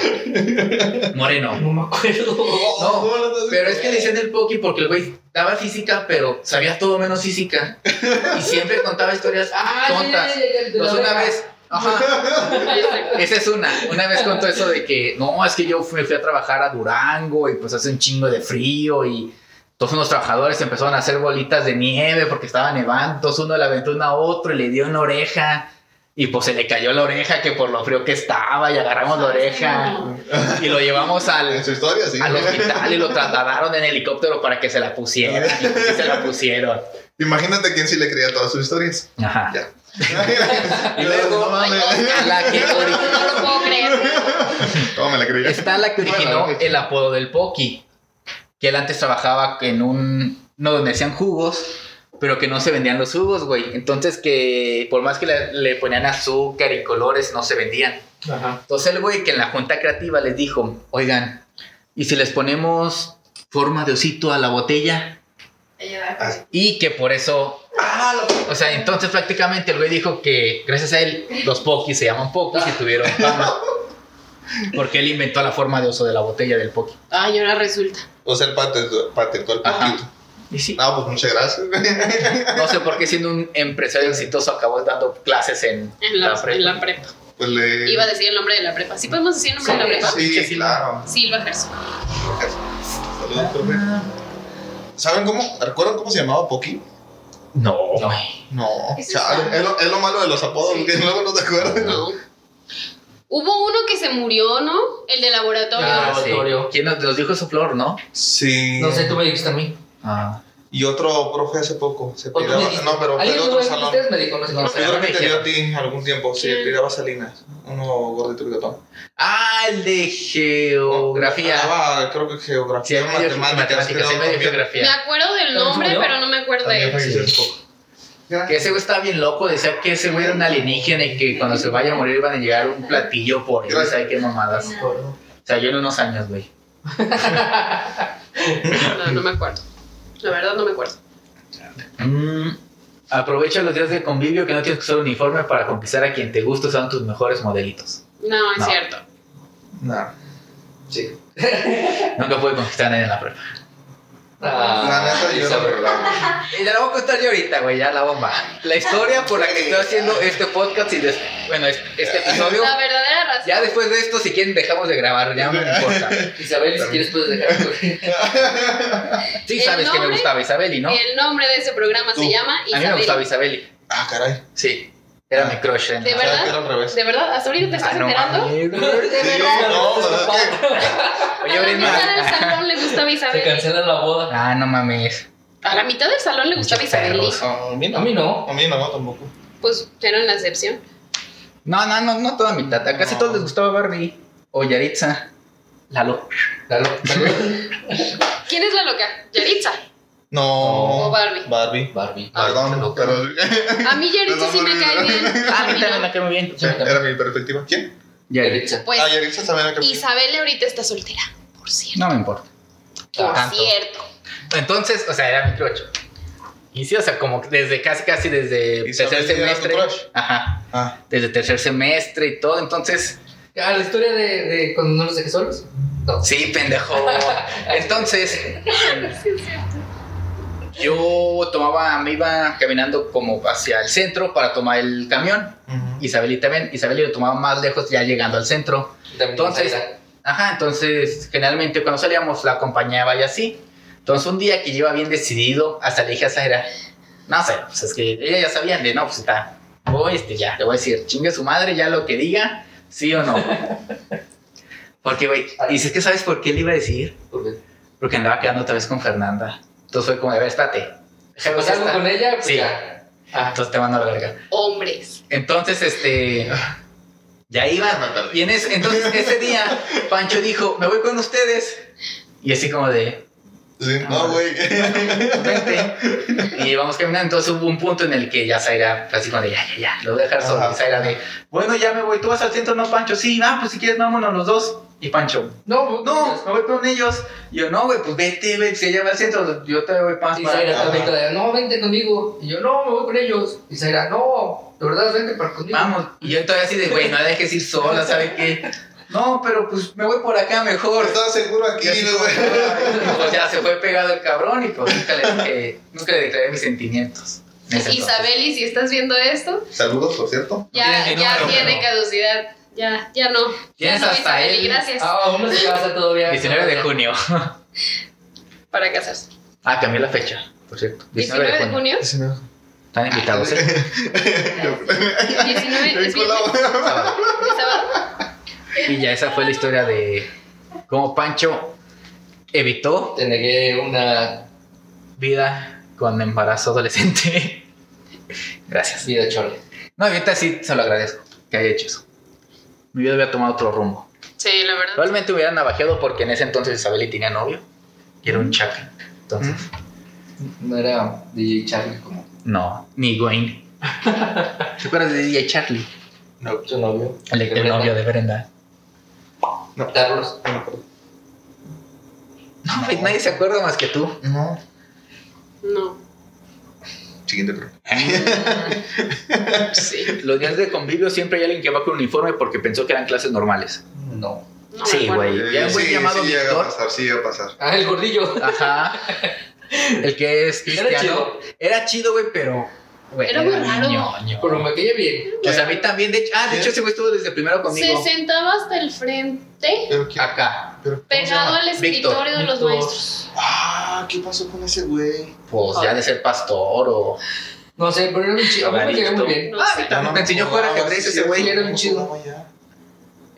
[SPEAKER 1] moreno.
[SPEAKER 2] No me acuerdo.
[SPEAKER 3] Oh, ¿cómo lo estás
[SPEAKER 1] Pero es que le
[SPEAKER 3] diciendo?
[SPEAKER 1] decían el Poki porque el güey daba física, pero sabía todo menos física. Y siempre contaba historias
[SPEAKER 2] Ah, ya,
[SPEAKER 1] tontas.
[SPEAKER 2] ya, ya, ya, el de la
[SPEAKER 1] Pues una
[SPEAKER 2] oreja.
[SPEAKER 1] vez... Ajá. Esa es una. Una vez contó eso de que, no, es que yo me fui a trabajar a Durango y pues hace un chingo de frío y todos unos trabajadores empezaron a hacer bolitas de nieve porque estaba nevando. Entonces uno le aventó una a otro y le dio una oreja y pues se le cayó la oreja que por lo frío que estaba y agarramos la oreja y lo llevamos al,
[SPEAKER 3] En su historia, sí.
[SPEAKER 1] al hospital y lo trasladaron en helicóptero para que se la pusieran. Y pues sí se la pusieron.
[SPEAKER 3] (laughs) Imagínate quién sí le creía todas sus historias.
[SPEAKER 1] Ajá.
[SPEAKER 3] y
[SPEAKER 1] luego,
[SPEAKER 3] (laughs) no mames.
[SPEAKER 1] A la que
[SPEAKER 4] No,
[SPEAKER 1] ori-
[SPEAKER 4] no lo puedo creer.
[SPEAKER 3] ¿Cómo me la creía?
[SPEAKER 1] Está la que originó
[SPEAKER 3] Bueno,
[SPEAKER 1] el apodo del Poki. Que él antes trabajaba en un. No, donde hacían jugos, pero que no se vendían los jugos, güey. Entonces, que por más que le, le ponían azúcar y colores, no se vendían.
[SPEAKER 2] Ajá.
[SPEAKER 1] Entonces, el güey que en la junta creativa les dijo: Oigan, ¿y si les ponemos forma de osito a la botella? Y que por eso. O sea, entonces prácticamente el güey dijo que gracias a él los pokis se llaman pokis y tuvieron fama. Porque él inventó la forma de oso de la botella del poki.
[SPEAKER 4] Ah, y ahora resulta.
[SPEAKER 3] O sea, el patentó, patentó el
[SPEAKER 1] Ajá.
[SPEAKER 3] poquito.
[SPEAKER 1] Y sí.
[SPEAKER 3] No, pues muchas gracias.
[SPEAKER 1] No sé por qué siendo un empresario exitoso acabó dando clases en,
[SPEAKER 4] En la,
[SPEAKER 1] prepa.
[SPEAKER 4] en la prepa.
[SPEAKER 3] Pues le...
[SPEAKER 4] Iba a decir el nombre de la prepa. ¿Sí podemos decir el nombre de la prepa?
[SPEAKER 3] Sí, claro.
[SPEAKER 4] Silva Gerson.
[SPEAKER 3] Saludos, profe. ¿Saben cómo? ¿Recuerdan cómo se llamaba Poki?
[SPEAKER 1] No. Ah,
[SPEAKER 3] No.
[SPEAKER 4] Ese
[SPEAKER 3] chale,
[SPEAKER 4] está-
[SPEAKER 3] es, lo, es lo malo de los apodos,
[SPEAKER 4] Sí.
[SPEAKER 3] que luego no te acuerdas.
[SPEAKER 4] No. Hubo uno que se murió, ¿no? El de laboratorio.
[SPEAKER 2] Ah,
[SPEAKER 1] sí.
[SPEAKER 2] Laboratorio.
[SPEAKER 1] ¿Quién nos, nos dijo su flor, no?
[SPEAKER 3] Sí.
[SPEAKER 2] No sé, tú me dijiste a mí.
[SPEAKER 1] Ah.
[SPEAKER 3] Y otro profe hace poco. Se
[SPEAKER 2] ¿O tú me
[SPEAKER 3] piraba.
[SPEAKER 2] dijiste?
[SPEAKER 3] No, pero fue de
[SPEAKER 2] ¿Alguien
[SPEAKER 3] otro
[SPEAKER 2] me
[SPEAKER 3] salón.
[SPEAKER 2] dijiste? Me dijo, no sé.
[SPEAKER 1] No,
[SPEAKER 2] No,
[SPEAKER 3] Yo creo que
[SPEAKER 1] me
[SPEAKER 3] te dio a
[SPEAKER 1] dijeron.
[SPEAKER 3] ti algún tiempo. Sí,
[SPEAKER 4] ¿Quién?
[SPEAKER 3] piraba Salinas. Uno gordito gritón.
[SPEAKER 1] Ah, el de geografía.
[SPEAKER 3] Daba, creo que
[SPEAKER 1] Sí,
[SPEAKER 3] geografía,
[SPEAKER 1] el medio-
[SPEAKER 3] Ah, matemáticas.
[SPEAKER 1] matemáticas, el
[SPEAKER 3] creo,
[SPEAKER 1] medio
[SPEAKER 3] también.
[SPEAKER 4] Me
[SPEAKER 1] geografía.
[SPEAKER 4] acuerdo del
[SPEAKER 2] ¿Pero
[SPEAKER 4] nombre,
[SPEAKER 2] se murió?
[SPEAKER 4] pero no me acuerdo
[SPEAKER 3] También
[SPEAKER 4] de él.
[SPEAKER 3] falleció hace poco.
[SPEAKER 1] Que ese güey estaba bien loco, decía que ese güey era un alienígena y que cuando se vaya a morir van a llegar un platillo por él,
[SPEAKER 3] Gracias.
[SPEAKER 1] ¿sabes qué mamadas? O sea, yo en unos años, güey.
[SPEAKER 4] No, no me acuerdo. La verdad no me acuerdo.
[SPEAKER 1] Mm, Aprovecha los días de convivio que no tienes que usar uniforme para conquistar a quien te gusta usando tus mejores modelitos.
[SPEAKER 4] No, es
[SPEAKER 1] No.
[SPEAKER 4] Ah, cierto.
[SPEAKER 3] No.
[SPEAKER 2] Sí.
[SPEAKER 1] Nunca pude conquistar a nadie en la prepa.
[SPEAKER 3] La
[SPEAKER 2] Ah,
[SPEAKER 3] neta, yo
[SPEAKER 2] esa-
[SPEAKER 3] no recuerdo.
[SPEAKER 1] Y la voy a contar yo ahorita, güey, ya la bomba. La historia por la que estoy haciendo este podcast y des- bueno, es- este episodio.
[SPEAKER 4] La verdadera razón.
[SPEAKER 1] Ya después de esto, si quieren, dejamos de grabar, ya no me importa.
[SPEAKER 2] Isabel, si quieres puedes dejar.
[SPEAKER 1] Sí,
[SPEAKER 4] El
[SPEAKER 1] sabes que me
[SPEAKER 4] nombre-
[SPEAKER 1] gustaba Isabeli, ¿no?
[SPEAKER 4] El nombre de ese programa se
[SPEAKER 3] Tú.
[SPEAKER 4] llama
[SPEAKER 1] A mí me gustaba
[SPEAKER 4] Isabel.
[SPEAKER 1] Isabeli.
[SPEAKER 3] Ah, caray.
[SPEAKER 1] Sí, era mi crush. En
[SPEAKER 4] ¿De
[SPEAKER 1] la-
[SPEAKER 3] O sea,
[SPEAKER 4] verdad?
[SPEAKER 3] que era al revés.
[SPEAKER 4] ¿De verdad? ¿Hasta ahorita te estás
[SPEAKER 1] Ah, no
[SPEAKER 4] enterando?
[SPEAKER 1] mames.
[SPEAKER 3] Sí, no, ¿verdad que?
[SPEAKER 4] A
[SPEAKER 1] Oye,
[SPEAKER 4] la mitad del
[SPEAKER 1] Brenda.
[SPEAKER 4] salón le
[SPEAKER 1] (laughs)
[SPEAKER 4] gustaba
[SPEAKER 2] Se
[SPEAKER 4] Isabel.
[SPEAKER 2] cancela la boda.
[SPEAKER 1] Ah, no mames.
[SPEAKER 4] A la mitad del salón le gustaba
[SPEAKER 1] Muchos
[SPEAKER 4] Isabel.
[SPEAKER 1] perros.
[SPEAKER 3] Ah, A mí no.
[SPEAKER 2] A mí no.
[SPEAKER 3] A mí no, tampoco.
[SPEAKER 4] Pues era una excepción.
[SPEAKER 1] No, no, no, no toda mi tata. Casi
[SPEAKER 3] No.
[SPEAKER 1] todos les gustaba Barbie o Yaritza. Lalo.
[SPEAKER 2] Dale,
[SPEAKER 3] (laughs)
[SPEAKER 2] dale.
[SPEAKER 4] ¿Quién es la loca? Yaritza.
[SPEAKER 3] No.
[SPEAKER 4] O Barbie.
[SPEAKER 3] Barbie.
[SPEAKER 2] Barbie. Ah,
[SPEAKER 3] Perdón,
[SPEAKER 2] Barbie,
[SPEAKER 3] pero
[SPEAKER 4] A mí Yaritza sí me cae bien.
[SPEAKER 1] Ah, a mí
[SPEAKER 4] No.
[SPEAKER 1] también la quemo bien.
[SPEAKER 2] Sí,
[SPEAKER 3] (laughs) era mi perspectiva. ¿Quién?
[SPEAKER 1] Yaritza.
[SPEAKER 4] Pues
[SPEAKER 3] ah, Yaritza también era que-
[SPEAKER 4] Isabel ahorita está soltera, por cierto.
[SPEAKER 1] No me importa.
[SPEAKER 4] Por
[SPEAKER 1] tanto.
[SPEAKER 4] cierto.
[SPEAKER 1] Entonces, o sea, era mi crush. Y sí, o sea, como que desde casi, casi desde
[SPEAKER 3] Isabel
[SPEAKER 1] tercer
[SPEAKER 3] era tu
[SPEAKER 1] semestre.
[SPEAKER 3] crush.
[SPEAKER 1] Ajá.
[SPEAKER 3] Ah,
[SPEAKER 1] Desde tercer semestre y todo. Entonces,
[SPEAKER 2] Ah, la historia de, de cuando no los dejé solos. No.
[SPEAKER 1] sí, pendejo. Entonces, yo tomaba, me iba caminando como hacia el centro para tomar el camión.
[SPEAKER 3] ujú.
[SPEAKER 1] Isabel y también, Isabel y lo tomaba más lejos ya llegando al centro.
[SPEAKER 2] También
[SPEAKER 1] Entonces-
[SPEAKER 2] Zaira.
[SPEAKER 1] Ajá, entonces generalmente cuando salíamos la acompañaba y así. Entonces un día que yo iba bien decidido, hasta le dije a Zaira, no sé, pues es que ella ya sabía de, no, pues está, voy, este, ya, le voy a decir, chingue su madre, ya lo que diga, sí o no.
[SPEAKER 2] (laughs)
[SPEAKER 1] Porque, güey, y si es que sabes por qué le iba a decir,
[SPEAKER 2] Porque-
[SPEAKER 1] porque andaba quedando otra vez con Fernanda. Entonces fue como, a ver, espérate. déjame
[SPEAKER 2] Pues algo
[SPEAKER 1] esta.
[SPEAKER 2] con ella, pues
[SPEAKER 1] Sí.
[SPEAKER 2] ya. Ah,
[SPEAKER 1] Entonces te mando a la verga.
[SPEAKER 4] Hombres.
[SPEAKER 1] Entonces, este. Ya
[SPEAKER 3] Ya me
[SPEAKER 1] iba.
[SPEAKER 3] perdí.
[SPEAKER 1] Y en ese- entonces ese día, Pancho dijo: Me voy con ustedes. Y así como de.
[SPEAKER 3] Sí, no, güey.
[SPEAKER 1] Vente. Y vamos caminando. Entonces hubo un punto en el que ya Zaira, así como de ya, ya, ya, lo voy a dejar solo.
[SPEAKER 3] Ajá.
[SPEAKER 1] Y Zaira de, bueno, ya me voy. Tú vas al centro, no, Pancho. Sí, ah, pues si quieres, vámonos los dos. y Pancho.
[SPEAKER 2] No,
[SPEAKER 1] No, me voy con ellos. Y yo, no, güey, pues vete, güey. Si ella va al centro, yo te voy más
[SPEAKER 2] Y
[SPEAKER 1] para
[SPEAKER 2] Zaira
[SPEAKER 1] acá.
[SPEAKER 2] también
[SPEAKER 3] Ajá.
[SPEAKER 2] todavía, no, vente conmigo. Y yo, no, me voy con ellos. Y Zaira, no, de verdad, vente para conmigo.
[SPEAKER 1] Vamos. Y yo todavía así de, güey, no la dejes ir sola, ¿sabe qué? No, pero pues me voy por acá mejor.
[SPEAKER 3] Estaba seguro aquí,
[SPEAKER 1] Y así como,
[SPEAKER 3] güey.
[SPEAKER 1] "Ay", pues ya se fue pegado el cabrón y pues nunca le, dije- nunca le declaré mis sentimientos. en ese entonces.
[SPEAKER 4] Isabel, y si estás viendo esto,
[SPEAKER 3] Saludos, por cierto.
[SPEAKER 1] tienes
[SPEAKER 4] ya,
[SPEAKER 1] mi
[SPEAKER 4] ya
[SPEAKER 1] número,
[SPEAKER 4] tiene
[SPEAKER 1] pero-
[SPEAKER 4] caducidad. Ya, ya no.
[SPEAKER 1] Tienes
[SPEAKER 4] Ya no,
[SPEAKER 1] hasta
[SPEAKER 4] Isabel,
[SPEAKER 1] el
[SPEAKER 4] y gracias
[SPEAKER 2] Ah, uno se casa todavía.
[SPEAKER 1] 19 de junio.
[SPEAKER 4] para casarse.
[SPEAKER 1] Ah, cambié la fecha, por cierto.
[SPEAKER 4] 19 de junio.
[SPEAKER 1] Están invitados, ¿eh?
[SPEAKER 3] Yo
[SPEAKER 4] 19 es
[SPEAKER 3] con la-
[SPEAKER 4] viernes,
[SPEAKER 1] Sábado.
[SPEAKER 4] es sábado.
[SPEAKER 1] Y ya esa fue la historia de cómo Pancho evitó
[SPEAKER 2] Te negué una
[SPEAKER 1] vida con embarazo adolescente. (laughs) Gracias.
[SPEAKER 2] vida chole.
[SPEAKER 1] No, y ahorita sí se lo agradezco que haya hecho eso. Mi vida hubiera tomado otro rumbo.
[SPEAKER 4] Sí, la verdad.
[SPEAKER 1] Probablemente me hubieran navajeado porque en ese entonces Isabel y tenía novio y era un chaca. Entonces,
[SPEAKER 2] No era DJ Charlie como
[SPEAKER 1] no, ni Wayne. (laughs) ¿Te acuerdas de DJ Charlie?
[SPEAKER 3] No.
[SPEAKER 2] su novio.
[SPEAKER 1] El ex novio de Brenda.
[SPEAKER 3] Ah,
[SPEAKER 2] Carlos.
[SPEAKER 1] No, pues, nadie se acuerda más que tú. (laughs)
[SPEAKER 3] No.
[SPEAKER 4] No.
[SPEAKER 3] Siguiente pregunta.
[SPEAKER 4] Sí.
[SPEAKER 1] Los días de convivio siempre hay alguien que va con uniforme porque pensó que eran clases normales.
[SPEAKER 2] No.
[SPEAKER 4] No
[SPEAKER 1] Sí,
[SPEAKER 4] me acuerdo.
[SPEAKER 1] güey. Ya
[SPEAKER 3] Eh,
[SPEAKER 1] un güey llamado
[SPEAKER 3] llega
[SPEAKER 1] Víctor.
[SPEAKER 3] a pasar, sí llega a pasar.
[SPEAKER 2] Ah, el
[SPEAKER 1] (laughs)
[SPEAKER 2] gordillo.
[SPEAKER 1] Ajá. El que es
[SPEAKER 2] Era
[SPEAKER 1] cristiano.
[SPEAKER 2] chido.
[SPEAKER 1] Era chido, güey, pero. güey,
[SPEAKER 4] Era muy raro.
[SPEAKER 1] ñoño.
[SPEAKER 2] Pero me caía bien.
[SPEAKER 1] O sea, a mí también. De hecho, ah, de
[SPEAKER 3] ¿Qué?
[SPEAKER 1] hecho, ese güey estuvo desde primero
[SPEAKER 4] Se
[SPEAKER 1] conmigo.
[SPEAKER 4] sentaba hasta el frente,
[SPEAKER 3] Pero ¿qué-
[SPEAKER 1] Acá.
[SPEAKER 3] Ah, pero ¿cómo se
[SPEAKER 4] pegado
[SPEAKER 3] llama?
[SPEAKER 4] al
[SPEAKER 1] Víctor,
[SPEAKER 4] escritorio de los
[SPEAKER 2] Víctor.
[SPEAKER 4] maestros.
[SPEAKER 3] Ah, ¿qué pasó con ese güey?
[SPEAKER 1] Pues ya de ser pastor o.
[SPEAKER 2] No sé, pero era un chido. A mí me caía muy bien.
[SPEAKER 4] No
[SPEAKER 1] Ah,
[SPEAKER 4] sé.
[SPEAKER 1] mira. Me enseñó a jugar ajedrez ese güey,
[SPEAKER 2] era un chido.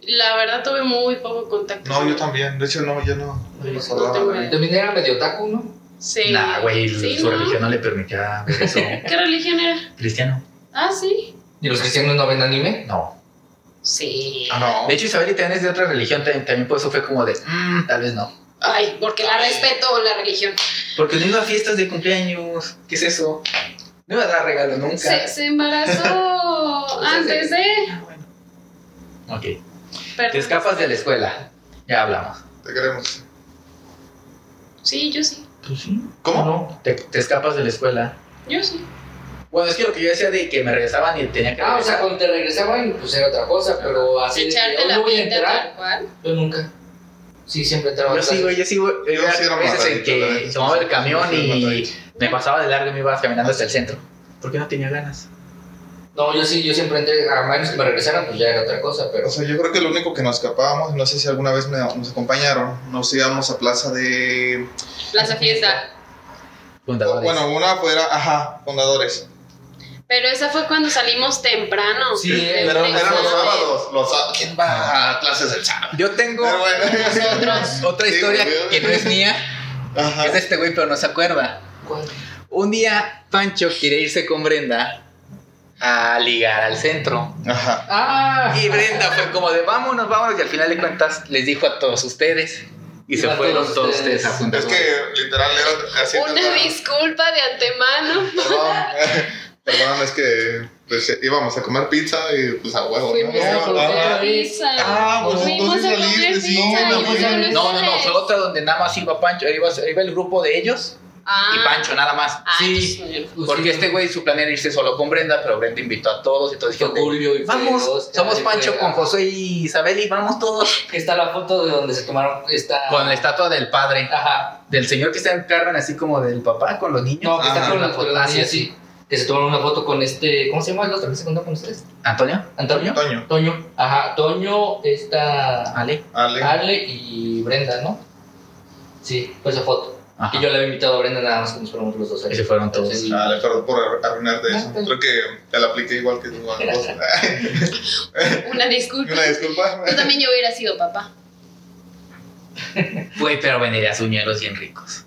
[SPEAKER 4] La verdad tuve muy poco contacto.
[SPEAKER 3] No, yo también. De hecho, no, yo no.
[SPEAKER 2] No me
[SPEAKER 4] No
[SPEAKER 2] acordaba.
[SPEAKER 4] tengo
[SPEAKER 3] güey.
[SPEAKER 4] idea.
[SPEAKER 2] También era medio taco, ¿no?
[SPEAKER 4] Sí.
[SPEAKER 1] Nah, güey,
[SPEAKER 4] Sí,
[SPEAKER 1] su
[SPEAKER 4] ¿no?
[SPEAKER 1] religión no le permitía ver eso.
[SPEAKER 4] ¿Qué religión era?
[SPEAKER 1] ¿Cristiano?
[SPEAKER 4] Ah, sí.
[SPEAKER 2] ¿Y los cristianos no ven anime?
[SPEAKER 1] No.
[SPEAKER 4] Sí.
[SPEAKER 3] Ah, no.
[SPEAKER 1] De hecho, Isabel y también es de otra religión. También, también por eso fue como de. "Mm, tal vez no.
[SPEAKER 4] Ay, porque la respeto la religión.
[SPEAKER 1] Porque no iba a fiestas de cumpleaños. ¿Qué es eso? No iba a dar regalo nunca.
[SPEAKER 4] Se, se
[SPEAKER 3] (laughs)
[SPEAKER 4] embarazó antes de.
[SPEAKER 1] Ah, bueno. Ok.
[SPEAKER 4] Perdón.
[SPEAKER 1] Te escapas de la escuela. Ya hablamos.
[SPEAKER 3] Te queremos.
[SPEAKER 4] Sí, yo sí.
[SPEAKER 1] Pues sí.
[SPEAKER 3] ¿Cómo?
[SPEAKER 2] No.
[SPEAKER 1] Te, te escapas de la escuela.
[SPEAKER 4] Yo sí.
[SPEAKER 1] Bueno, es que lo que yo decía de que me regresaban y tenía que
[SPEAKER 2] Ah, o sea,
[SPEAKER 1] regresar.
[SPEAKER 2] cuando te regresaban, pues era otra cosa, pero
[SPEAKER 1] Ah,
[SPEAKER 2] así. de que,
[SPEAKER 4] Echarte
[SPEAKER 2] "Hoy
[SPEAKER 4] la
[SPEAKER 2] no voy a
[SPEAKER 4] pinta
[SPEAKER 2] entrar.
[SPEAKER 4] tal cual.
[SPEAKER 2] Yo nunca. Sí, siempre entraba a
[SPEAKER 1] yo
[SPEAKER 2] clases.
[SPEAKER 1] sigo, yo sigo. Yo
[SPEAKER 3] sí era
[SPEAKER 1] veces en
[SPEAKER 3] matadito, la
[SPEAKER 1] que
[SPEAKER 3] neta,
[SPEAKER 1] tomaba
[SPEAKER 3] sí,
[SPEAKER 1] el camión
[SPEAKER 3] sí, era
[SPEAKER 1] y
[SPEAKER 3] matadito.
[SPEAKER 1] me pasaba de largo y me iba caminando hasta el centro. Porque no tenía ganas.
[SPEAKER 2] No, yo sí, yo siempre entré, a menos que me regresaran, pues ya era otra cosa, pero.
[SPEAKER 3] O sea, yo creo que lo único que nos escapábamos, no sé si alguna vez me- nos acompañaron, nos íbamos a plaza de...
[SPEAKER 4] Plaza fiesta.
[SPEAKER 1] Fundadores.
[SPEAKER 3] Bueno, una fue, era, ajá, fundadores.
[SPEAKER 4] Pero esa fue cuando salimos temprano.
[SPEAKER 2] Sí,
[SPEAKER 4] Desde
[SPEAKER 3] Pero eran los
[SPEAKER 4] sábado.
[SPEAKER 3] sábados, los sábados. ¿Quién va a clases el sábado?
[SPEAKER 1] yo tengo
[SPEAKER 3] Pero bueno.
[SPEAKER 1] otra
[SPEAKER 3] Sí,
[SPEAKER 1] historia
[SPEAKER 3] güey.
[SPEAKER 1] que no es mía.
[SPEAKER 3] Ajá.
[SPEAKER 1] Es de este güey, pero no se acuerda.
[SPEAKER 2] ¿Cuál?
[SPEAKER 1] Un día Pancho quiere irse con Brenda a ligar al centro.
[SPEAKER 3] Ajá.
[SPEAKER 2] ¡Ah!
[SPEAKER 1] Y Brenda fue como de vámonos, vámonos. Y al final de cuentas les dijo a todos ustedes. Y se
[SPEAKER 2] Iba a
[SPEAKER 1] fueron
[SPEAKER 2] todos
[SPEAKER 1] todos
[SPEAKER 2] ustedes.
[SPEAKER 1] ustedes a juntar.
[SPEAKER 3] Es que literal era así.
[SPEAKER 4] Una
[SPEAKER 3] trataba-
[SPEAKER 4] disculpa de antemano.
[SPEAKER 3] Perdón, perdón, (laughs) es que pues, íbamos a comer pizza y pues a huevo. ¿no?
[SPEAKER 2] Fuimos a comer
[SPEAKER 3] Ajá.
[SPEAKER 2] Ah,
[SPEAKER 4] Pizza.
[SPEAKER 3] ah, pues,
[SPEAKER 4] Fuimos
[SPEAKER 3] entonces
[SPEAKER 4] a comer
[SPEAKER 3] saliste, sí,
[SPEAKER 4] pizza
[SPEAKER 3] no,
[SPEAKER 4] y
[SPEAKER 3] pues,
[SPEAKER 4] fueron
[SPEAKER 1] No, no, no,
[SPEAKER 4] ustedes.
[SPEAKER 1] fue otra donde nada más iba Pancho, iba, iba el grupo de ellos
[SPEAKER 4] Ah.
[SPEAKER 1] y Pancho nada más.
[SPEAKER 4] Ah,
[SPEAKER 1] sí,
[SPEAKER 4] entonces,
[SPEAKER 2] Pues,
[SPEAKER 1] porque este güey su plan era irse solo con Brenda, pero Brenda invitó a todos y todos
[SPEAKER 2] Fue
[SPEAKER 1] dijeron,
[SPEAKER 2] Julio y fue
[SPEAKER 1] vamos,
[SPEAKER 2] Oscar,
[SPEAKER 1] somos
[SPEAKER 2] y fue-
[SPEAKER 1] Pancho con José y Isabel y vamos todos.
[SPEAKER 2] Que está la foto de donde se tomaron esta.
[SPEAKER 1] Con la estatua del padre,
[SPEAKER 2] Ajá.
[SPEAKER 1] del señor que está en Carmen, así como del papá con los niños.
[SPEAKER 2] No, que
[SPEAKER 3] Ah,
[SPEAKER 2] está con
[SPEAKER 1] la
[SPEAKER 2] la
[SPEAKER 1] foto,
[SPEAKER 2] foto.
[SPEAKER 1] así,
[SPEAKER 2] Así, así. Que se tomaron una foto con este. ¿Cómo se llama el otro que se contó con ustedes?
[SPEAKER 1] ¿Antonio?
[SPEAKER 2] ¿Antonio?
[SPEAKER 3] Toño,
[SPEAKER 2] Toño. Ajá. Toño, esta.
[SPEAKER 1] Ale.
[SPEAKER 3] Ale.
[SPEAKER 2] Arle y Brenda, ¿no? Sí, fue esa foto.
[SPEAKER 1] Ajá.
[SPEAKER 2] Y yo le había invitado a Brenda nada más que nos fuéramos los dos. ahí.
[SPEAKER 1] Y se fueron todos.
[SPEAKER 2] Entonces,
[SPEAKER 3] Ale, perdón Ah, por arruinarte
[SPEAKER 1] Ah,
[SPEAKER 3] eso.
[SPEAKER 2] No,
[SPEAKER 3] Creo que te la apliqué igual que tú. a vos.
[SPEAKER 4] Una disculpa.
[SPEAKER 3] Una disculpa.
[SPEAKER 4] Yo también yo hubiera sido papá.
[SPEAKER 1] Güey, pero vendería suñeros bien ricos.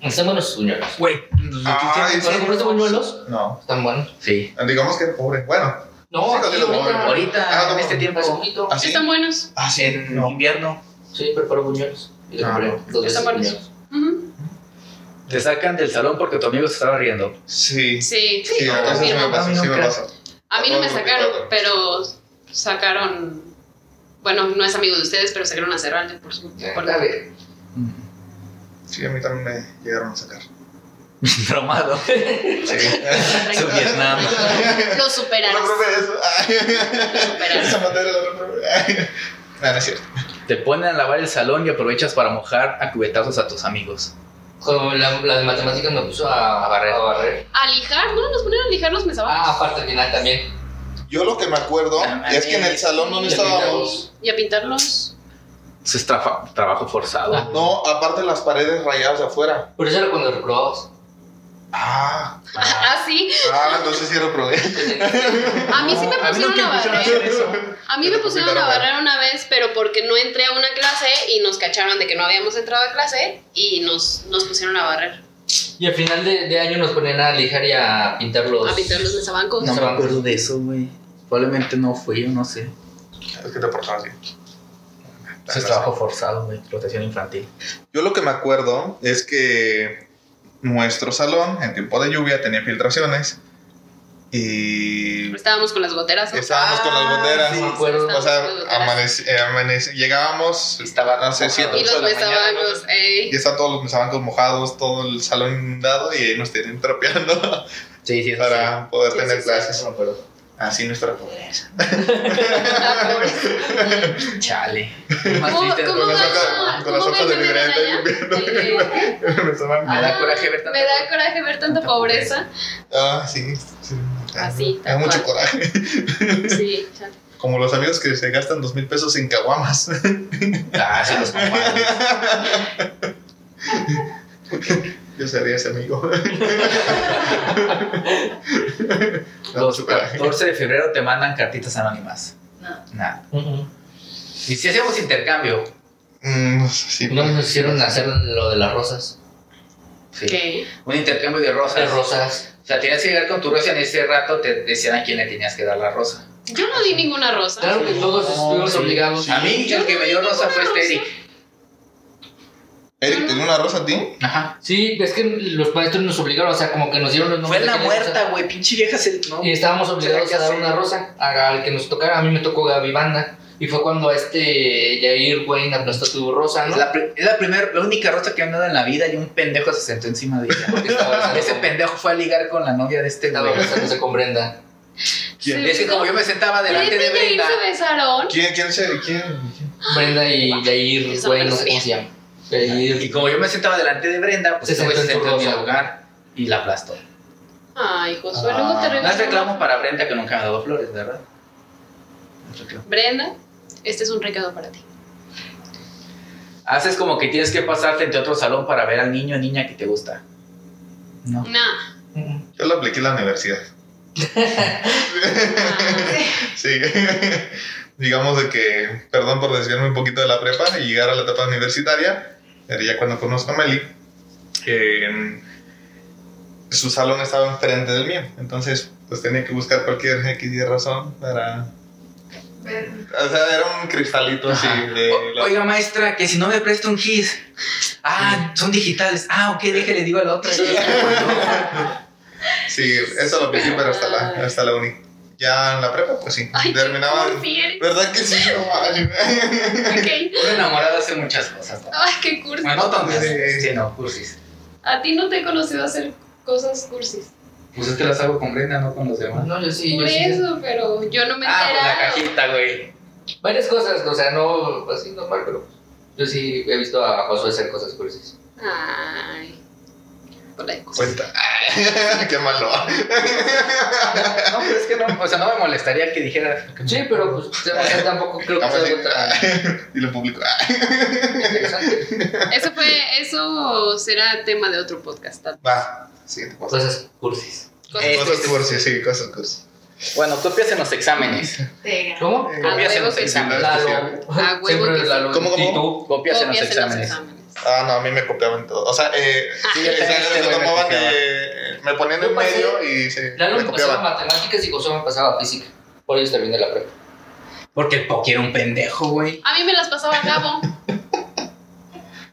[SPEAKER 2] Están buenos sus buñuelos.
[SPEAKER 1] Güey,
[SPEAKER 3] Ay,
[SPEAKER 2] ¿Cuándo compraste buñuelos?
[SPEAKER 3] No,
[SPEAKER 2] Están buenos.
[SPEAKER 1] sí.
[SPEAKER 3] digamos que era pobre. Bueno,
[SPEAKER 2] No,
[SPEAKER 3] Sí, los
[SPEAKER 2] aquí
[SPEAKER 3] de los
[SPEAKER 2] ahorita-
[SPEAKER 3] buñuelos.
[SPEAKER 1] Ahorita, en este tiempo,
[SPEAKER 2] hace poquito.
[SPEAKER 3] ¿así?
[SPEAKER 4] Están buenos.
[SPEAKER 3] Ah, sí,
[SPEAKER 1] en
[SPEAKER 3] no.
[SPEAKER 1] invierno,
[SPEAKER 2] Sí, preparo buñuelos. Y le
[SPEAKER 3] Ah,
[SPEAKER 2] compré
[SPEAKER 3] no.
[SPEAKER 2] dos veces
[SPEAKER 4] Están buenos.
[SPEAKER 2] buñuelos.
[SPEAKER 4] Ujú.
[SPEAKER 1] te sacan del salón porque tu amigo se estaba riendo.
[SPEAKER 3] Sí.
[SPEAKER 4] Sí.
[SPEAKER 3] Sí,
[SPEAKER 1] no,
[SPEAKER 3] eso sí
[SPEAKER 4] confirmo.
[SPEAKER 3] me
[SPEAKER 1] A mí
[SPEAKER 3] pasó, sí me
[SPEAKER 1] nunca.
[SPEAKER 3] pasó.
[SPEAKER 4] A mí no me
[SPEAKER 3] Todos los
[SPEAKER 4] sacaron,
[SPEAKER 3] picaron.
[SPEAKER 4] pero sacaron Bueno, no es amigo de ustedes, pero sacaron a Cervalde por su. Por
[SPEAKER 2] Por ver.
[SPEAKER 1] Mm,
[SPEAKER 3] Sí, a mí también me llegaron a sacar.
[SPEAKER 1] (laughs) Traumado.
[SPEAKER 3] Sí.
[SPEAKER 1] Su (laughs) Vietnam.
[SPEAKER 3] (laughs)
[SPEAKER 4] Lo
[SPEAKER 3] No
[SPEAKER 4] superaron.
[SPEAKER 3] reprobé eso. Ay.
[SPEAKER 4] Lo superaron.
[SPEAKER 3] Esa materia la reprobé. Ay. No, no es cierto.
[SPEAKER 1] Te ponen a lavar el salón y aprovechas para mojar a cubetazos a tus amigos.
[SPEAKER 2] Como la, la de matemáticas me puso a,
[SPEAKER 1] A barrer.
[SPEAKER 2] a barrer.
[SPEAKER 4] A lijar, ¿no? Nos ponen a lijar los mesabancos.
[SPEAKER 2] Ah, aparte al final también.
[SPEAKER 3] Yo lo que me acuerdo
[SPEAKER 1] Ah,
[SPEAKER 3] es que en el salón donde
[SPEAKER 2] sí,
[SPEAKER 3] estábamos,
[SPEAKER 4] Y a pintarlos.
[SPEAKER 1] Eso es trafa- trabajo forzado.
[SPEAKER 3] no, aparte las paredes rayadas de afuera.
[SPEAKER 2] Por eso era cuando reprobabas.
[SPEAKER 3] Ah,
[SPEAKER 4] (laughs) Ah, sí.
[SPEAKER 3] ah, entonces sí reprobé.
[SPEAKER 4] A mí sí me
[SPEAKER 1] No, a mí nunca me
[SPEAKER 4] pusieron a
[SPEAKER 1] pusieron a
[SPEAKER 4] barrer.
[SPEAKER 1] hacer eso.
[SPEAKER 4] A mí me pusieron a barrer una vez, pero porque no entré a una clase y nos cacharon de que no habíamos entrado a clase y nos, nos pusieron a barrer,
[SPEAKER 2] Y al final de, de año nos ponían a lijar y a pintar los.
[SPEAKER 4] a pintar los mesabancos.
[SPEAKER 1] No me acuerdo de eso, güey. Probablemente no fui, yo no sé.
[SPEAKER 3] Es que te portabas bien.
[SPEAKER 1] Eso es trabajo forzado, güey. Explotación infantil.
[SPEAKER 3] Yo lo que me acuerdo es que nuestro salón en tiempo de lluvia tenía filtraciones y
[SPEAKER 4] Estábamos con las goteras. ¿no?
[SPEAKER 3] estábamos con
[SPEAKER 1] Ah,
[SPEAKER 3] las boteras.
[SPEAKER 2] No me acuerdo.
[SPEAKER 3] O sea,
[SPEAKER 4] Estábamos con las
[SPEAKER 3] amanec- eh, amanec- llegábamos
[SPEAKER 1] Estaba
[SPEAKER 3] No sé, siete,
[SPEAKER 1] mojado.
[SPEAKER 4] Y los
[SPEAKER 3] ocho de la
[SPEAKER 4] mesabancos, ey.
[SPEAKER 3] y estaban todos los mesabancos mojados, todo el salón inundado y ahí nos tenían trapeando
[SPEAKER 1] Sí, sí, eso sí.
[SPEAKER 3] (laughs) para poder
[SPEAKER 4] Sí,
[SPEAKER 3] tener
[SPEAKER 4] sí, sí.
[SPEAKER 3] clases.
[SPEAKER 1] Eso me acuerdo.
[SPEAKER 3] Así
[SPEAKER 4] (laughs)
[SPEAKER 3] nuestra pobreza. (laughs)
[SPEAKER 1] Chale. Más
[SPEAKER 4] ¿Cómo,
[SPEAKER 1] triste,
[SPEAKER 4] cómo
[SPEAKER 3] con
[SPEAKER 1] güey.
[SPEAKER 3] las
[SPEAKER 4] va?
[SPEAKER 3] hojas- con las
[SPEAKER 4] ¿Cómo
[SPEAKER 3] hojas
[SPEAKER 4] va
[SPEAKER 3] de
[SPEAKER 4] el meme
[SPEAKER 3] libreta
[SPEAKER 4] de
[SPEAKER 3] limpiando.
[SPEAKER 4] Anaya? Sí.
[SPEAKER 3] Mesabanco.
[SPEAKER 4] Ah,
[SPEAKER 1] Me da coraje ver tanto.
[SPEAKER 4] Me da coraje ver tanta
[SPEAKER 1] Tanta
[SPEAKER 4] pobreza.
[SPEAKER 3] Ah, sí. sí.
[SPEAKER 4] Así,
[SPEAKER 3] Da
[SPEAKER 4] tal
[SPEAKER 3] mucho
[SPEAKER 4] cual.
[SPEAKER 3] coraje.
[SPEAKER 4] Sí,
[SPEAKER 3] Como los amigos que se gastan dos mil pesos en caguamas. (laughs)
[SPEAKER 1] Ah, sí, los papás. güey. (laughs)
[SPEAKER 3] Yo sería ese amigo. (laughs) Da
[SPEAKER 1] Los
[SPEAKER 3] mucho coraje.
[SPEAKER 1] 14 de febrero te mandan cartitas anónimas.
[SPEAKER 4] No.
[SPEAKER 1] Nada.
[SPEAKER 2] Ujú.
[SPEAKER 1] Y si hacíamos intercambio.
[SPEAKER 3] Mm, sí.
[SPEAKER 2] No nos hicieron hacer lo de las rosas.
[SPEAKER 1] Sí.
[SPEAKER 4] ¿Qué?
[SPEAKER 1] Un intercambio de rosas.
[SPEAKER 2] Hacer rosas.
[SPEAKER 1] O sea, tenías que llegar con tu rosa y en ese rato te decían a quién le tenías que dar la rosa.
[SPEAKER 4] Yo no di ninguna rosa.
[SPEAKER 2] Claro que todos estuvimos
[SPEAKER 1] sí.
[SPEAKER 2] obligados.
[SPEAKER 1] A mí,
[SPEAKER 4] Yo
[SPEAKER 1] el que
[SPEAKER 4] no
[SPEAKER 1] me dio
[SPEAKER 4] tengo
[SPEAKER 1] rosa fue
[SPEAKER 4] rosa.
[SPEAKER 1] este Eric.
[SPEAKER 3] Eric, ¿tiene una rosa a ti?
[SPEAKER 1] Ajá.
[SPEAKER 2] Sí, es que los maestros nos obligaron, o sea, como que nos dieron los
[SPEAKER 1] Fue
[SPEAKER 2] nombres. de
[SPEAKER 1] la
[SPEAKER 2] quién era
[SPEAKER 1] muerta, güey. Pinche vieja se. No.
[SPEAKER 2] Y estábamos obligados
[SPEAKER 1] ¿Será
[SPEAKER 2] a
[SPEAKER 1] que
[SPEAKER 2] dar
[SPEAKER 1] sí?
[SPEAKER 2] una rosa a- al que nos tocara. A mí me tocó Gaby Banda. Y fue cuando este Jair Wayne aplastó tu rosa,
[SPEAKER 1] Es
[SPEAKER 2] ¿no?
[SPEAKER 1] la, pri- es la primer- la única rosa que me han dado en la vida y un pendejo se sentó encima de ella. (laughs)
[SPEAKER 2] Porque (laughs) estaba besando
[SPEAKER 1] Ese
[SPEAKER 2] con-
[SPEAKER 1] pendejo fue a ligar con la novia de este
[SPEAKER 2] Estaba
[SPEAKER 1] güey.
[SPEAKER 2] besándose con Brenda.
[SPEAKER 3] ¿Quién?
[SPEAKER 1] Es que como yo me sentaba delante de
[SPEAKER 4] ¿Ustedes
[SPEAKER 1] Brenda.
[SPEAKER 4] se besaron?
[SPEAKER 3] ¿Quién? ¿Quién? se- ¿Quién? ¿Quién?
[SPEAKER 2] Brenda y Jair
[SPEAKER 4] Eso
[SPEAKER 2] Wayne,
[SPEAKER 4] no
[SPEAKER 2] no
[SPEAKER 4] lo
[SPEAKER 2] sé cómo se llama. Jair.
[SPEAKER 1] Y como yo me sentaba delante de Brenda, pues
[SPEAKER 2] Se
[SPEAKER 1] este güey se
[SPEAKER 2] sentó en tu
[SPEAKER 1] sentó en mi
[SPEAKER 2] rosa.
[SPEAKER 1] lugar y la aplastó.
[SPEAKER 4] Ay, Josué, luego te
[SPEAKER 1] No
[SPEAKER 3] Ah.
[SPEAKER 1] es
[SPEAKER 4] regreso.
[SPEAKER 1] reclamo para Brenda que nunca me ha dado flores, ¿verdad? No es reclamo.
[SPEAKER 4] Brenda, este es un recado para ti.
[SPEAKER 1] Haces como que tienes que pasar frente a otro salón para ver al niño o niña que te gusta. No.
[SPEAKER 4] Nah.
[SPEAKER 3] Yo lo apliqué en la universidad. (laughs) Sí. Digamos de que, perdón por desviarme un poquito de la prepa y llegar a la etapa universitaria, pero ya cuando conozco a Meli, eh, su salón estaba enfrente del mío, entonces pues tenía que buscar cualquier X y razón para... O sea, era un cristalito así de...
[SPEAKER 1] O-
[SPEAKER 3] la-
[SPEAKER 1] Oiga, maestra, que si no me presta un gis. Ah, son digitales. Ah, ok, déjale, digo a la otra.
[SPEAKER 3] Sí, eso lo apliqué, pero hasta la, hasta la uni. Ya en la prepa, pues sí,
[SPEAKER 4] Ay,
[SPEAKER 3] terminaba...
[SPEAKER 4] qué cursi eres.
[SPEAKER 3] ¿Verdad que sí? No, manches.
[SPEAKER 4] Ok.
[SPEAKER 1] Un enamorado hace muchas cosas. ¿no?
[SPEAKER 4] Ay, qué cursi.
[SPEAKER 1] Bueno, no tantas.
[SPEAKER 3] Sí.
[SPEAKER 1] Sí, no, cursis.
[SPEAKER 4] A ti no te he conocido hacer cosas cursis.
[SPEAKER 1] Pues es que las hago con Brenda, no con los demás.
[SPEAKER 2] No, yo sí, yo
[SPEAKER 4] Por
[SPEAKER 2] sí.
[SPEAKER 4] eso, pero yo no me he
[SPEAKER 1] Ah, pues la
[SPEAKER 4] enterado.
[SPEAKER 1] cajita, güey.
[SPEAKER 2] Varias cosas, o sea, no así normal, pero yo sí he visto a Josué hacer cosas curiosas.
[SPEAKER 4] Ay. Hola, de
[SPEAKER 1] Pues-
[SPEAKER 4] cosas.
[SPEAKER 3] (laughs) Cuenta. (laughs) Qué malo.
[SPEAKER 1] No, pero es que no. O sea, no me molestaría que dijeras.
[SPEAKER 2] Sí, pero pues o sea, tampoco creo que sea algo tan
[SPEAKER 3] y lo publico.
[SPEAKER 2] interesante.
[SPEAKER 4] Eso fue, eso será tema de otro podcast. tal.
[SPEAKER 3] Va, siguiente cosa.
[SPEAKER 2] Cosas cursis.
[SPEAKER 4] Cosas
[SPEAKER 1] Eh,
[SPEAKER 3] Cosas
[SPEAKER 1] este-
[SPEAKER 3] cursis, sí, cosas cursis.
[SPEAKER 1] Bueno, copias en los exámenes.
[SPEAKER 2] ¿Cómo?
[SPEAKER 4] Eh,
[SPEAKER 1] Copias en los
[SPEAKER 2] Ah,
[SPEAKER 1] exámenes.
[SPEAKER 2] Lalo.
[SPEAKER 4] A huevo
[SPEAKER 2] Siempre
[SPEAKER 4] que sí.
[SPEAKER 2] Lalo.
[SPEAKER 3] ¿Cómo, cómo?
[SPEAKER 2] ¿Y tú?
[SPEAKER 1] Copias en los
[SPEAKER 4] copias en los
[SPEAKER 1] exámenes.
[SPEAKER 4] exámenes.
[SPEAKER 3] Ah, no, a mí me copiaban todo. O sea, eh, sí,
[SPEAKER 1] Yo también
[SPEAKER 3] se-
[SPEAKER 1] este
[SPEAKER 3] se
[SPEAKER 1] güey me
[SPEAKER 3] tomaban
[SPEAKER 1] copiaba.
[SPEAKER 3] de. Me ponían
[SPEAKER 2] Yo
[SPEAKER 3] en
[SPEAKER 2] pasé-
[SPEAKER 3] medio y se
[SPEAKER 2] Lalo
[SPEAKER 3] me
[SPEAKER 2] me pasaba
[SPEAKER 3] copiaban.
[SPEAKER 2] matemáticas y Josué me pasaba física. Por ellos terminé la prepa.
[SPEAKER 1] Porque el Pocky era un pendejo, güey.
[SPEAKER 4] A mí me las pasaba a Gabo.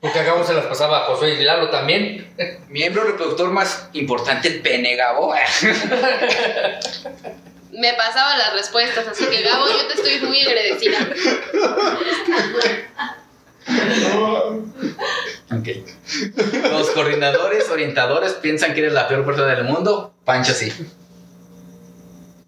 [SPEAKER 2] Porque acabamos se las pasaba a Josué y Lalo también.
[SPEAKER 1] Miembro reproductor más importante, el penegabo.
[SPEAKER 4] Me me pasaba las respuestas, así que Gabo, yo te estoy muy agradecida.
[SPEAKER 1] (laughs) Ok. Los coordinadores, orientadores piensan que eres la peor persona del mundo. Pancho sí.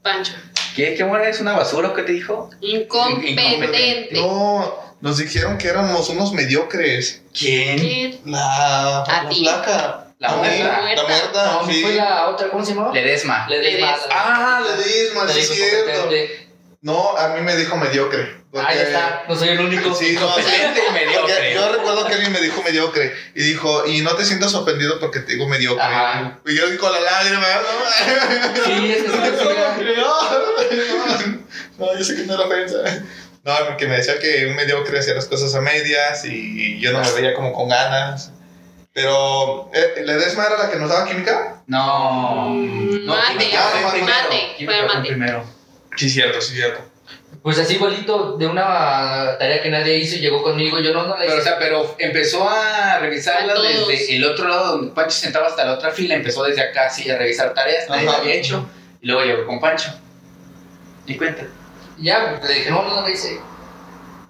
[SPEAKER 4] Pancho,
[SPEAKER 1] ¿Qué, qué buena es una basura? o ¿Qué te dijo?
[SPEAKER 4] incompetente.
[SPEAKER 3] No, nos dijeron que éramos unos mediocres.
[SPEAKER 1] ¿Quién?
[SPEAKER 4] ¿Quién?
[SPEAKER 3] La,
[SPEAKER 4] A
[SPEAKER 3] la
[SPEAKER 4] ti.
[SPEAKER 3] flaca.
[SPEAKER 1] La
[SPEAKER 3] A mí,
[SPEAKER 4] muerta.
[SPEAKER 3] La muerta,
[SPEAKER 2] No,
[SPEAKER 3] sí.
[SPEAKER 2] fue la otra, ¿cómo se llamaba?
[SPEAKER 1] Ledesma.
[SPEAKER 2] Ledesma.
[SPEAKER 3] Ah, le
[SPEAKER 2] La
[SPEAKER 3] disma, sí es
[SPEAKER 2] dijo
[SPEAKER 3] cierto.
[SPEAKER 2] competente.
[SPEAKER 3] No, a mí me dijo mediocre. porque-
[SPEAKER 2] Ahí está, no soy el único.
[SPEAKER 3] Sí, no, sí.
[SPEAKER 1] Competente y
[SPEAKER 3] Porque
[SPEAKER 1] mediocre.
[SPEAKER 3] yo recuerdo que alguien me dijo mediocre y dijo, y no te sientas ofendido porque te digo mediocre.
[SPEAKER 2] Ajá.
[SPEAKER 3] Y yo con la lágrima, no, (laughs)
[SPEAKER 2] Sí, es que sí, sí, era-
[SPEAKER 3] no, yo sé que no era ofensa. No, porque me decía que un mediocre hacía las cosas a medias y yo no me veía como con ganas. Pero, ¿eh, ¿Ledesma era la que nos daba química?
[SPEAKER 1] No.
[SPEAKER 4] Mm,
[SPEAKER 1] No,
[SPEAKER 4] mate,
[SPEAKER 1] química fue
[SPEAKER 3] mate,
[SPEAKER 1] primero.
[SPEAKER 4] mate,
[SPEAKER 1] Química
[SPEAKER 4] fue
[SPEAKER 1] fue
[SPEAKER 4] mate.
[SPEAKER 1] primero.
[SPEAKER 3] Sí, cierto, sí, cierto.
[SPEAKER 2] Pues así igualito, de una tarea que nadie hizo, llegó conmigo, yo no, no la
[SPEAKER 1] Pero, o
[SPEAKER 2] hice.
[SPEAKER 1] sea, pero empezó a revisarla
[SPEAKER 4] A todos.
[SPEAKER 1] desde el otro lado donde Pancho se sentaba hasta la otra fila. Empezó desde acá, sí, a revisar tareas. Nadie lo
[SPEAKER 3] Ajá.
[SPEAKER 1] había hecho. Y luego llegó con Pancho. ¿Y cuenta?
[SPEAKER 2] Ya, pues, le dije, no, no, no la hice.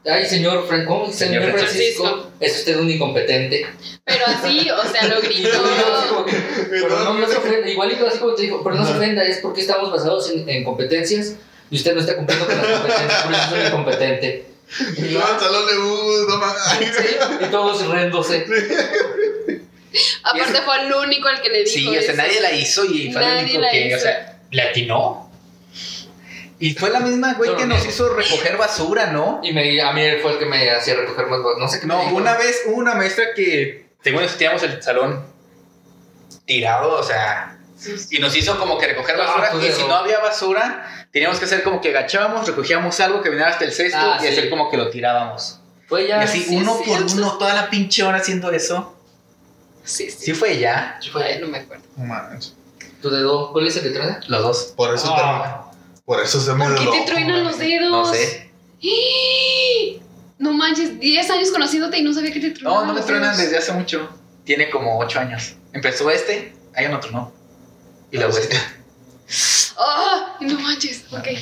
[SPEAKER 2] Ay, señor, Fran- ¿cómo?
[SPEAKER 1] Señor
[SPEAKER 2] señor,
[SPEAKER 4] Francisco.
[SPEAKER 2] Francisco, es usted un incompetente.
[SPEAKER 4] Pero así, o sea, lo
[SPEAKER 2] Y yo, yo, así
[SPEAKER 1] (laughs)
[SPEAKER 4] gritó.
[SPEAKER 2] como que, Pero no, no se ofenda, igualito así como te digo, pero no se
[SPEAKER 3] Ajá.
[SPEAKER 2] ofenda, es porque estamos basados en, en competencias y usted no está cumpliendo con las competencias, por eso es un incompetente. "Ah,
[SPEAKER 3] Y yo al salón de uh, no mames.
[SPEAKER 2] Y todos riéndose.
[SPEAKER 4] Aparte fue el único al que le dijo.
[SPEAKER 1] Sí, o sea,
[SPEAKER 4] eso.
[SPEAKER 1] nadie la hizo y fue
[SPEAKER 4] Nadie
[SPEAKER 1] el único
[SPEAKER 4] la
[SPEAKER 1] que, o
[SPEAKER 4] hizo.
[SPEAKER 1] sea, le atinó. Y fue la misma güey
[SPEAKER 2] Yo
[SPEAKER 1] que
[SPEAKER 2] no.
[SPEAKER 1] nos hizo recoger basura, ¿no?
[SPEAKER 2] Y me, a mí él fue el que me hacía recoger más cosas. No sé qué me
[SPEAKER 1] No,
[SPEAKER 2] dijo.
[SPEAKER 1] una vez hubo una maestra que, según eso, teníamos el salón tirado, o sea, y nos hizo como que recoger
[SPEAKER 2] Ah,
[SPEAKER 1] basura.
[SPEAKER 2] pues,
[SPEAKER 1] y
[SPEAKER 2] de
[SPEAKER 1] si
[SPEAKER 2] no.
[SPEAKER 1] no había basura, teníamos que hacer como que agachábamos, recogíamos algo que viniera hasta el cesto
[SPEAKER 2] Ah,
[SPEAKER 1] y
[SPEAKER 2] sí.
[SPEAKER 1] hacer como que lo tirábamos.
[SPEAKER 2] Fue
[SPEAKER 1] Y
[SPEAKER 2] ya.
[SPEAKER 1] así,
[SPEAKER 4] sí,
[SPEAKER 1] uno
[SPEAKER 4] es
[SPEAKER 1] por
[SPEAKER 4] cierto.
[SPEAKER 1] uno, toda la pinche hora haciendo eso.
[SPEAKER 4] Sí, sí.
[SPEAKER 1] Sí fue ella,
[SPEAKER 4] Ay, no me acuerdo.
[SPEAKER 3] No mames.
[SPEAKER 2] ¿Tu dedo? ¿Cuál es el que trae?
[SPEAKER 1] los dos.
[SPEAKER 3] Por eso,
[SPEAKER 2] Ah.
[SPEAKER 3] te, por eso se me
[SPEAKER 4] ¿Por qué te
[SPEAKER 3] doló.
[SPEAKER 4] truenan los dedos?
[SPEAKER 1] No sé.
[SPEAKER 4] ¡Eh! No manches, 10 años conociéndote y no sabía que te
[SPEAKER 1] No,
[SPEAKER 4] truenan.
[SPEAKER 1] no me
[SPEAKER 4] los
[SPEAKER 1] truenan
[SPEAKER 4] dedos.
[SPEAKER 1] desde hace mucho. Tiene como 8 años. Empezó este, ahí uno tronó. Y luego este.
[SPEAKER 4] ¡Ah! no manches, (laughs) ok.
[SPEAKER 3] (laughs)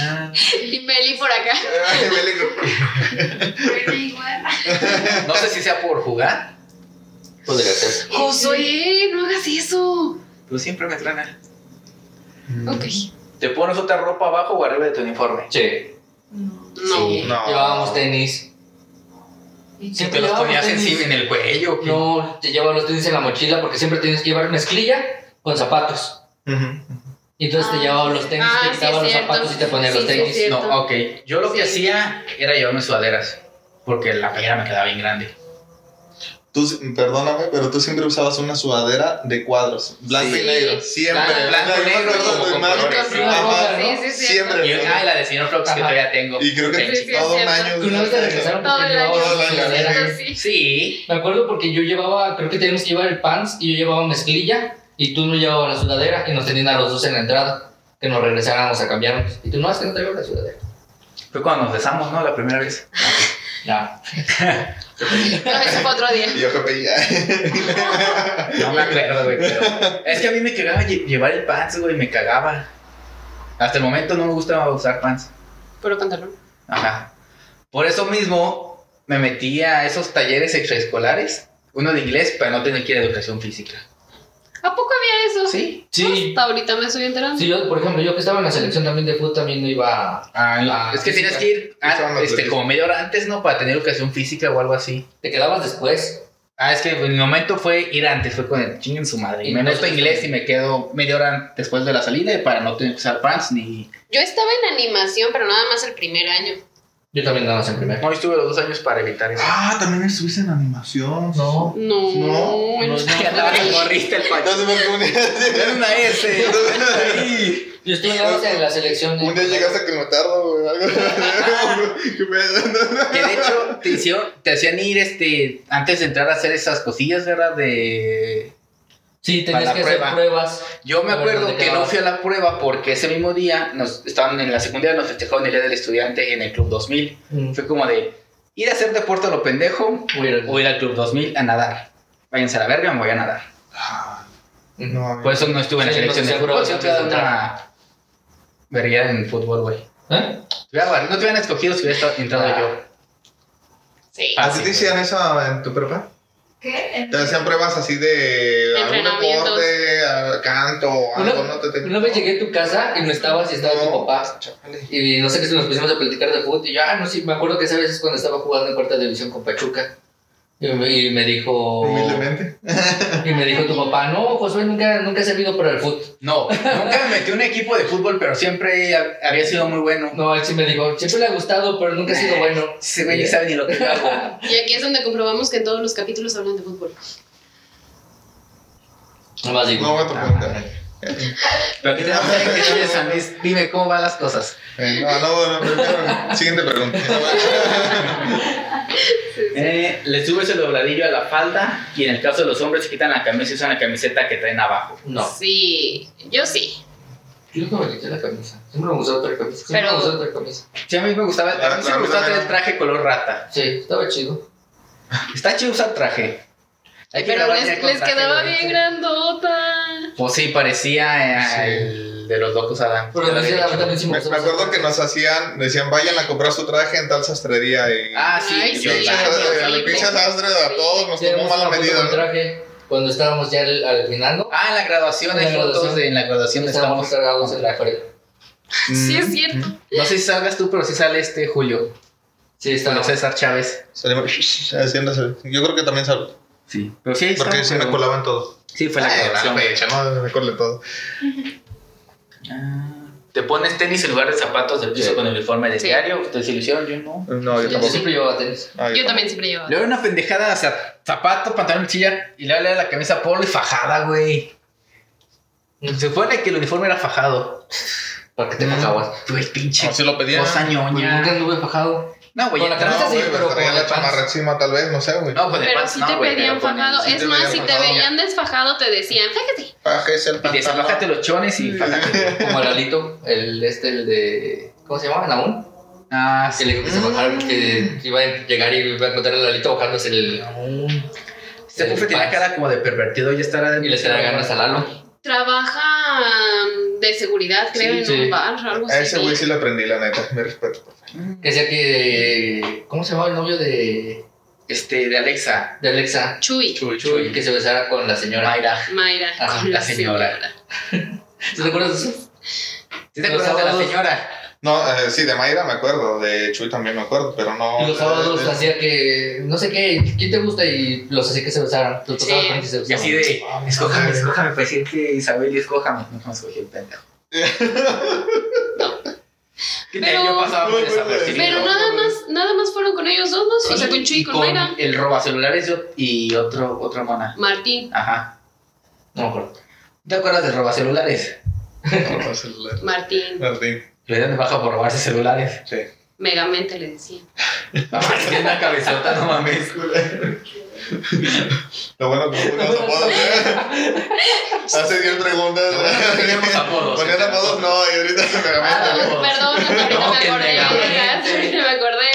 [SPEAKER 1] Ah,
[SPEAKER 4] Y Meli por acá.
[SPEAKER 3] Ay, vele que-
[SPEAKER 1] No sé si sea por jugar.
[SPEAKER 2] Podría ser.
[SPEAKER 4] Josué, no hagas eso.
[SPEAKER 1] Tú siempre me truenas.
[SPEAKER 4] Ok.
[SPEAKER 1] ¿Te pones otra ropa abajo o arriba de tu uniforme?
[SPEAKER 2] Che.
[SPEAKER 4] No.
[SPEAKER 2] Sí,
[SPEAKER 3] No.
[SPEAKER 2] Llevábamos tenis.
[SPEAKER 1] Si te
[SPEAKER 2] Siempre
[SPEAKER 1] los
[SPEAKER 2] llevábamos
[SPEAKER 1] ponías
[SPEAKER 2] tenis.
[SPEAKER 1] encima en el cuello. ¿o qué?
[SPEAKER 2] No, te llevas los tenis en la mochila porque siempre tienes que llevar mezclilla con zapatos.
[SPEAKER 3] Ujú.
[SPEAKER 2] Y entonces
[SPEAKER 4] Ah,
[SPEAKER 2] te llevaban los tenis,
[SPEAKER 4] ah,
[SPEAKER 2] te
[SPEAKER 4] sí,
[SPEAKER 2] quitaban los
[SPEAKER 4] es cierto.
[SPEAKER 2] zapatos y te ponían
[SPEAKER 4] Sí,
[SPEAKER 2] los
[SPEAKER 4] sí,
[SPEAKER 2] tenis.
[SPEAKER 4] sí.
[SPEAKER 1] No,
[SPEAKER 4] Cierto.
[SPEAKER 1] ok. Yo lo que
[SPEAKER 4] Sí.
[SPEAKER 1] hacía era llevarme sudaderas. Porque la playera me quedaba bien grande.
[SPEAKER 3] Tú, si- perdóname, pero tú siempre usabas una sudadera de cuadros, blanco
[SPEAKER 1] Sí.
[SPEAKER 3] y negro, siempre.
[SPEAKER 2] Blanco,
[SPEAKER 1] blanco,
[SPEAKER 3] Yo me
[SPEAKER 1] negro,
[SPEAKER 3] acuerdo
[SPEAKER 1] como
[SPEAKER 3] de
[SPEAKER 1] con
[SPEAKER 3] más-
[SPEAKER 1] colores.
[SPEAKER 4] Con
[SPEAKER 3] Ajá.
[SPEAKER 2] rosa,
[SPEAKER 4] Sí, sí, sí.
[SPEAKER 3] Siempre.
[SPEAKER 1] Y ah, y la de señor Flox que
[SPEAKER 2] Ajá.
[SPEAKER 1] todavía tengo.
[SPEAKER 3] Y creo que
[SPEAKER 4] Sí, sí,
[SPEAKER 3] todo
[SPEAKER 4] es
[SPEAKER 3] un
[SPEAKER 4] cierto.
[SPEAKER 3] año.
[SPEAKER 2] Una vez te regresaron
[SPEAKER 4] Todo
[SPEAKER 2] porque
[SPEAKER 4] el año.
[SPEAKER 2] llevabas
[SPEAKER 3] Todo el año,
[SPEAKER 2] sudadera.
[SPEAKER 4] Eso sí.
[SPEAKER 1] Sí.
[SPEAKER 2] Me acuerdo porque yo llevaba, creo que teníamos que llevar el pants y yo llevaba mezclilla y tú no llevabas la sudadera y nos tenían a los dos en la entrada que nos regresáramos a cambiarnos. Y tú no, es que no traigo la sudadera.
[SPEAKER 1] Fue cuando nos besamos, ¿no? La primera vez.
[SPEAKER 2] Ya.
[SPEAKER 4] No, eso fue otro día.
[SPEAKER 3] Y yo que pedía.
[SPEAKER 1] No me acuerdo, güey. pero- Es que a mí me cagaba lle- llevar el pants, güey. Me cagaba. Hasta el momento no me gustaba usar pants.
[SPEAKER 4] Puro pantalón.
[SPEAKER 1] Ajá. Por eso mismo me metí a esos talleres extraescolares, uno de inglés para no tener que ir a educación física.
[SPEAKER 4] ¿A poco había eso?
[SPEAKER 1] Sí.
[SPEAKER 2] Sí.
[SPEAKER 4] Hasta ahorita me estoy enterando.
[SPEAKER 2] Sí, yo, por ejemplo, yo que estaba en la selección también de fútbol también no iba a...
[SPEAKER 1] Ah, es que tienes que ir ah,
[SPEAKER 3] Estaban los
[SPEAKER 1] este,
[SPEAKER 3] talleres.
[SPEAKER 1] como media hora antes, ¿no? Para tener educación física o algo así.
[SPEAKER 2] Te quedabas después.
[SPEAKER 1] Ah, es que en mi momento fue ir antes, fue con el chinguen su madre.
[SPEAKER 2] Y
[SPEAKER 1] me meto a
[SPEAKER 2] nosotros
[SPEAKER 1] inglés y
[SPEAKER 2] también.
[SPEAKER 1] me quedo media hora después de la salida para no tener que usar pants ni...
[SPEAKER 4] Yo estaba en animación, pero nada más el primer año.
[SPEAKER 2] Yo también nada más en primer.
[SPEAKER 1] No, estuve los dos años para evitar eso.
[SPEAKER 3] Ah, también estuviste en animación.
[SPEAKER 2] No.
[SPEAKER 4] No.
[SPEAKER 3] No,
[SPEAKER 4] (laughs) en-
[SPEAKER 2] no, no.
[SPEAKER 1] (laughs) Ya andaba de gorrista el
[SPEAKER 3] No
[SPEAKER 1] pacho.
[SPEAKER 3] sé por qué un
[SPEAKER 1] Era
[SPEAKER 3] día, (laughs)
[SPEAKER 1] una S. Ahí.
[SPEAKER 2] Yo estuve nada más en la selección. de-
[SPEAKER 3] un día llegaste con retardo, güey. Algo. ¿Qué pedo?
[SPEAKER 1] Que de hecho te, hicieron- te hacían ir este, antes de entrar a hacer esas cosillas, ¿verdad? De...
[SPEAKER 2] Sí,
[SPEAKER 1] Para
[SPEAKER 2] tenías
[SPEAKER 1] la
[SPEAKER 2] que hacer
[SPEAKER 1] prueba.
[SPEAKER 2] pruebas.
[SPEAKER 1] Yo me
[SPEAKER 2] A ver,
[SPEAKER 1] acuerdo
[SPEAKER 2] ¿dónde
[SPEAKER 1] que no
[SPEAKER 2] quedabas?
[SPEAKER 1] fui a la prueba porque ese mismo día nos estaban en la secundaria, nos festejaron el Día del Estudiante en el Club 2000.
[SPEAKER 2] Mm,
[SPEAKER 1] Fue como de ir a hacer deporte a lo pendejo
[SPEAKER 2] hubiera-
[SPEAKER 1] o ir al Club 2000 a nadar. Váyanse a la verga, me voy a nadar.
[SPEAKER 2] ¿Eh?
[SPEAKER 3] No, amigo.
[SPEAKER 1] Por eso no estuve en la
[SPEAKER 2] Sí,
[SPEAKER 1] selección
[SPEAKER 2] no,
[SPEAKER 1] de
[SPEAKER 2] seguro,
[SPEAKER 1] fútbol. Si no te hubiera dado
[SPEAKER 2] seguro.
[SPEAKER 1] una verguera en fútbol, güey.
[SPEAKER 2] ¿Eh?
[SPEAKER 1] Si hubiera- No te hubieran escogido si hubiera estado- entrado
[SPEAKER 2] Ah.
[SPEAKER 1] yo.
[SPEAKER 4] Sí.
[SPEAKER 3] ¿A ti
[SPEAKER 1] Fácil,
[SPEAKER 3] te
[SPEAKER 1] güey.
[SPEAKER 3] hacían eso en tu prepa?
[SPEAKER 5] ¿Qué?
[SPEAKER 3] ¿Te hacían pruebas así de algún
[SPEAKER 4] Entrenamientos.
[SPEAKER 3] deporte, a- canto, o
[SPEAKER 2] Una-
[SPEAKER 3] algo? ¿No te tenían?
[SPEAKER 2] Una vez llegué a tu casa y no estabas y estaba tu
[SPEAKER 3] No.
[SPEAKER 2] papá.
[SPEAKER 3] Chale.
[SPEAKER 2] Y no sé qué, si nos pusimos a platicar de fútbol. Y yo, ah, no, sí, me acuerdo que esa vez es cuando estaba jugando en cuarta división con Pachuca. Y me, y me dijo.
[SPEAKER 3] Humildemente.
[SPEAKER 2] Y me dijo tu papá, no, Josué nunca, nunca ha servido para el fútbol.
[SPEAKER 1] No, nunca me metí en un equipo de fútbol, pero siempre ha- había sido muy bueno.
[SPEAKER 2] No, él sí me dijo, siempre le ha gustado, pero nunca ha sido bueno.
[SPEAKER 1] Ese güey ni sabe ni lo que yo hago.
[SPEAKER 4] Y aquí es donde comprobamos que en todos los capítulos hablan de fútbol.
[SPEAKER 2] Nomás digo.
[SPEAKER 3] No voy a preguntar.
[SPEAKER 1] Pero aquí tenemos a alguien que vive en San Luis. Dime, ¿cómo van las cosas?
[SPEAKER 3] Eh, No, no, no, primero, siguiente pregunta.
[SPEAKER 1] Eh, le subes el dobladillo a la falda y en el caso de los hombres se quitan la camisa y usan la camiseta que traen abajo.
[SPEAKER 2] No.
[SPEAKER 4] Sí, yo sí.
[SPEAKER 2] Yo nunca me quité la camisa. Siempre me gustaba otra camisa. Siempre
[SPEAKER 4] Pero-
[SPEAKER 2] me gustaba otra camisa.
[SPEAKER 1] Sí, a mí me gustaba, a mí sí me gustaba traer el traje color rata.
[SPEAKER 2] Sí, estaba chido.
[SPEAKER 1] Está chido usar traje. Hay que
[SPEAKER 4] Pero
[SPEAKER 1] grabar ya
[SPEAKER 4] les,
[SPEAKER 1] con
[SPEAKER 4] les
[SPEAKER 1] traje,
[SPEAKER 4] quedaba
[SPEAKER 1] güey.
[SPEAKER 4] bien grandota.
[SPEAKER 1] Pues sí, parecía eh,
[SPEAKER 3] Sí.
[SPEAKER 1] el de los locos Adam.
[SPEAKER 2] Pero no sé, a mí también sí
[SPEAKER 3] Me,
[SPEAKER 2] me
[SPEAKER 3] me
[SPEAKER 2] gustaba.
[SPEAKER 3] acuerdo que nos hacían, decían, vayan a comprar su traje en tal sastrería. Y
[SPEAKER 1] Ah, sí,
[SPEAKER 4] Ay,
[SPEAKER 1] yo
[SPEAKER 3] Pinche-
[SPEAKER 4] sí,
[SPEAKER 1] la-
[SPEAKER 4] ay,
[SPEAKER 3] el pinche sastre a todos nos tomó
[SPEAKER 2] Tenemos
[SPEAKER 3] mala
[SPEAKER 2] una foto
[SPEAKER 3] medida.
[SPEAKER 2] con
[SPEAKER 3] ¿no?
[SPEAKER 2] traje cuando estábamos ya al, al final, ¿no?
[SPEAKER 1] Ah, en la graduación
[SPEAKER 2] En la
[SPEAKER 1] hay fotos
[SPEAKER 2] graduación.
[SPEAKER 1] de en la graduación
[SPEAKER 2] estábamos
[SPEAKER 1] estamos.
[SPEAKER 2] cargados en la pared.
[SPEAKER 4] Sí,
[SPEAKER 3] Mm.
[SPEAKER 4] es cierto.
[SPEAKER 1] No sé si salgas tú, pero sí sale este Julio,
[SPEAKER 2] Sí,
[SPEAKER 1] con
[SPEAKER 2] estábamos.
[SPEAKER 1] César Chávez.
[SPEAKER 3] Salimos haciéndose- Yo creo que también salgo.
[SPEAKER 1] Sí, pero sí ahí
[SPEAKER 3] Porque
[SPEAKER 1] estamos,
[SPEAKER 3] sí me
[SPEAKER 1] pero-
[SPEAKER 3] colaban todo.
[SPEAKER 1] Sí, fue la
[SPEAKER 3] Ay,
[SPEAKER 1] graduación.
[SPEAKER 3] la fecha, no, me colé todo.
[SPEAKER 1] Ah, Te pones tenis en lugar de zapatos de piso
[SPEAKER 2] Sí.
[SPEAKER 1] con uniforme de
[SPEAKER 4] Sí.
[SPEAKER 1] diario. Ustedes se hicieron, yo no.
[SPEAKER 3] No, yo
[SPEAKER 2] Yo
[SPEAKER 3] tampoco.
[SPEAKER 2] siempre llevaba tenis.
[SPEAKER 3] Ah,
[SPEAKER 4] Yo también siempre llevaba.
[SPEAKER 1] Le doy una pendejada, o sea, zapato, pantalón, chilla y le da la camisa polo y fajada, güey. Se supone que el uniforme era fajado.
[SPEAKER 2] ¿Para qué te bajabas?
[SPEAKER 1] Tú el pinche
[SPEAKER 3] No, si lo pedían.
[SPEAKER 1] cosa
[SPEAKER 2] Pues nunca
[SPEAKER 1] ñoña.
[SPEAKER 2] anduve bajado.
[SPEAKER 1] No, güey,
[SPEAKER 2] Con la
[SPEAKER 1] entraba-
[SPEAKER 2] camisa
[SPEAKER 3] No,
[SPEAKER 2] sí,
[SPEAKER 3] güey,
[SPEAKER 2] pero
[SPEAKER 3] pero traía
[SPEAKER 2] con
[SPEAKER 3] la
[SPEAKER 2] el pants.
[SPEAKER 3] chamarra encima, tal vez, no sé, güey.
[SPEAKER 1] No, pues de
[SPEAKER 4] Pero
[SPEAKER 1] pants
[SPEAKER 4] si
[SPEAKER 1] no,
[SPEAKER 4] te
[SPEAKER 1] güey,
[SPEAKER 4] pedían
[SPEAKER 1] lo ponen-
[SPEAKER 4] fajado.
[SPEAKER 3] sí
[SPEAKER 4] es
[SPEAKER 3] te
[SPEAKER 4] más,
[SPEAKER 3] veían
[SPEAKER 4] si te
[SPEAKER 3] fajado.
[SPEAKER 4] veían desfajado, te decían, fájate.
[SPEAKER 3] Bájese Ah, el
[SPEAKER 1] Y te decían,
[SPEAKER 3] pantalón.
[SPEAKER 1] bájate los chones y fájate.
[SPEAKER 2] Como el Alito, el este, el de. ¿Cómo se llamaba? ¿Naún?
[SPEAKER 1] Ah,
[SPEAKER 2] Que le dijo que se bajara porque iba a llegar y iba a encontrar al Alito bajándose el.
[SPEAKER 1] Este
[SPEAKER 2] el
[SPEAKER 1] profe tenía
[SPEAKER 2] pants.
[SPEAKER 1] cara como de pervertido y estará
[SPEAKER 2] Y le traía ganas a Lalo.
[SPEAKER 4] Trabaja mm, de seguridad, creo,
[SPEAKER 2] Sí,
[SPEAKER 4] en
[SPEAKER 2] sí.
[SPEAKER 4] un bar, algo
[SPEAKER 3] A
[SPEAKER 4] así.
[SPEAKER 3] ese güey sí le aprendí, la neta. Me respeto.
[SPEAKER 2] Que decía que. ¿Cómo se llamaba el novio de.
[SPEAKER 1] Este, de Alexa.
[SPEAKER 2] de Alexa?
[SPEAKER 4] Chuy,
[SPEAKER 2] Chuy. Que se besara con la señora.
[SPEAKER 1] Mayra.
[SPEAKER 4] Mayra,
[SPEAKER 2] Ah,
[SPEAKER 4] con
[SPEAKER 1] la
[SPEAKER 4] la
[SPEAKER 1] señora.
[SPEAKER 4] señora.
[SPEAKER 2] ¿Tú te acuerdas de eso?
[SPEAKER 1] ¿Sí te
[SPEAKER 2] Los
[SPEAKER 1] acuerdas de la
[SPEAKER 2] sábados.
[SPEAKER 1] señora?
[SPEAKER 3] No, eh, sí, de Mayra me acuerdo, de Chuy también me acuerdo, pero no.
[SPEAKER 2] Y los sábados
[SPEAKER 3] de- de-
[SPEAKER 2] hacía que. no sé qué, ¿quién te gusta? Y los hacía que se besaran. Los
[SPEAKER 4] Sí.
[SPEAKER 2] tocaba con ellos y se
[SPEAKER 1] Y
[SPEAKER 2] besaban.
[SPEAKER 1] así de,
[SPEAKER 3] Ah,
[SPEAKER 1] escójame,
[SPEAKER 3] madre.
[SPEAKER 1] escójame, presidente Isabel, y escójame. No me escogí el (laughs) pendejo. Que
[SPEAKER 4] Pero-
[SPEAKER 1] yo pasaba por
[SPEAKER 3] No, güey,
[SPEAKER 1] desapercibido.
[SPEAKER 4] Pero nada más, nada más fueron con ellos dos, ¿no? o sea, con Chuy y con Mayra.
[SPEAKER 1] El roba celulares yo- y otro, otra mona.
[SPEAKER 4] Martín,
[SPEAKER 1] Ajá.
[SPEAKER 2] No me acuerdo.
[SPEAKER 1] ¿Te acuerdas del roba celulares?
[SPEAKER 3] No, no, celular.
[SPEAKER 4] Martín,
[SPEAKER 3] Martín,
[SPEAKER 1] Le dieron de baja por robarse (laughs) celulares. Ah,
[SPEAKER 3] sí.
[SPEAKER 4] megamente le decían.
[SPEAKER 1] Mamá, tiene una cabezota, no (laughs) mames.
[SPEAKER 3] Lo bueno que ponían apodos, ¿eh? Hace 10 preguntas.
[SPEAKER 1] Lo bueno que teníamos apodos.
[SPEAKER 3] Ponían apodos, no, y ahorita se me
[SPEAKER 1] Ah,
[SPEAKER 3] lamenta.
[SPEAKER 1] no.
[SPEAKER 4] Perdón, hasta ahorita
[SPEAKER 1] No,
[SPEAKER 4] me
[SPEAKER 1] que
[SPEAKER 4] acordé. (laughs)
[SPEAKER 1] megamente.
[SPEAKER 4] me acordé.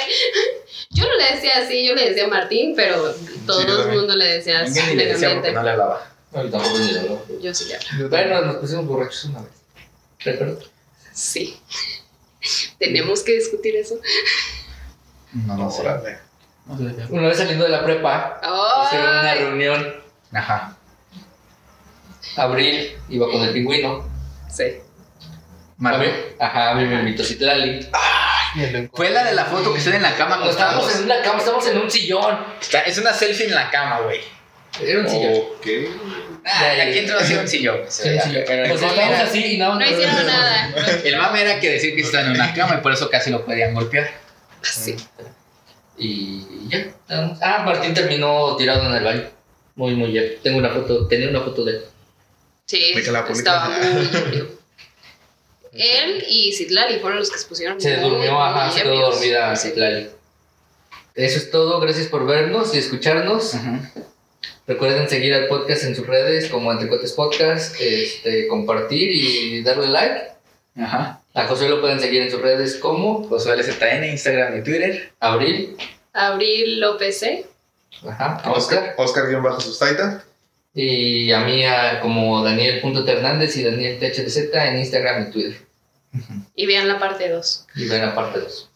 [SPEAKER 4] Yo no le decía así, yo le decía Martín, pero todo
[SPEAKER 3] yo
[SPEAKER 4] el
[SPEAKER 3] también.
[SPEAKER 4] mundo le decía así,
[SPEAKER 1] Alguien ni le decía porque
[SPEAKER 4] megamente.
[SPEAKER 1] no le hablaba.
[SPEAKER 2] No, yo tampoco ni lo hablaba.
[SPEAKER 4] Yo sí le hablaba.
[SPEAKER 2] Bueno, nos pusimos borrachos una vez. ¿Recuerdo?
[SPEAKER 4] Sí. Tenemos que discutir eso.
[SPEAKER 1] No, no sé.
[SPEAKER 3] Órale.
[SPEAKER 1] No sé.
[SPEAKER 2] Una vez saliendo de la prepa, hicieron una
[SPEAKER 4] ¡Ay!
[SPEAKER 2] reunión.
[SPEAKER 1] Ajá.
[SPEAKER 2] Abril iba con el pingüino.
[SPEAKER 4] Sí.
[SPEAKER 2] A mí,
[SPEAKER 1] Marvin.
[SPEAKER 2] ajá, a mí me invitó Citlali.
[SPEAKER 1] Fue la de la foto que estoy en la cama
[SPEAKER 2] No estábamos en una cama, estábamos en un sillón.
[SPEAKER 1] Está- Es una selfie en la cama, güey.
[SPEAKER 2] Era un sillón.
[SPEAKER 3] Ok.
[SPEAKER 1] Ah,
[SPEAKER 2] Ya, ya,
[SPEAKER 1] aquí
[SPEAKER 2] ya.
[SPEAKER 1] entró así un sillón.
[SPEAKER 2] Era un sillón.
[SPEAKER 1] Pero
[SPEAKER 2] O sea,
[SPEAKER 1] el, mame
[SPEAKER 2] estábamos
[SPEAKER 1] era,
[SPEAKER 2] así y nada
[SPEAKER 4] No
[SPEAKER 2] más. (laughs)
[SPEAKER 4] hicieron nada.
[SPEAKER 1] el mame era que decir que estaba en una cama y por eso casi lo podían golpear.
[SPEAKER 4] Sí.
[SPEAKER 2] Y ya, nada más. Ah, Martín terminó tirado en el baño. Muy, muy bien. Tengo una foto, tenía una foto de él.
[SPEAKER 4] Sí.
[SPEAKER 3] De que la
[SPEAKER 4] Estaba
[SPEAKER 3] publican.
[SPEAKER 4] muy ebrio. Él y Citlali fueron los que se pusieron.
[SPEAKER 2] Se
[SPEAKER 4] muy,
[SPEAKER 2] durmió,
[SPEAKER 4] muy
[SPEAKER 2] ajá, se quedó
[SPEAKER 4] ebrios.
[SPEAKER 2] dormida Citlali. Eso es todo, gracias por vernos y escucharnos. Recuerden seguir al podcast en sus redes como Anticotes Podcast, este, compartir y darle like.
[SPEAKER 1] Ajá.
[SPEAKER 2] A Josué lo pueden seguir en sus redes como
[SPEAKER 1] Josué LZN, Instagram y Twitter.
[SPEAKER 2] Abril,
[SPEAKER 4] Abril López, ¿eh?
[SPEAKER 2] ajá, a Oscar,
[SPEAKER 3] Oscar, Oscar guión bajo sustaita.
[SPEAKER 2] Y a mí a- como Daniel.Hernández y Daniel THDZ en Instagram y Twitter.
[SPEAKER 4] Y vean la parte 2.
[SPEAKER 2] Y ven la parte 2.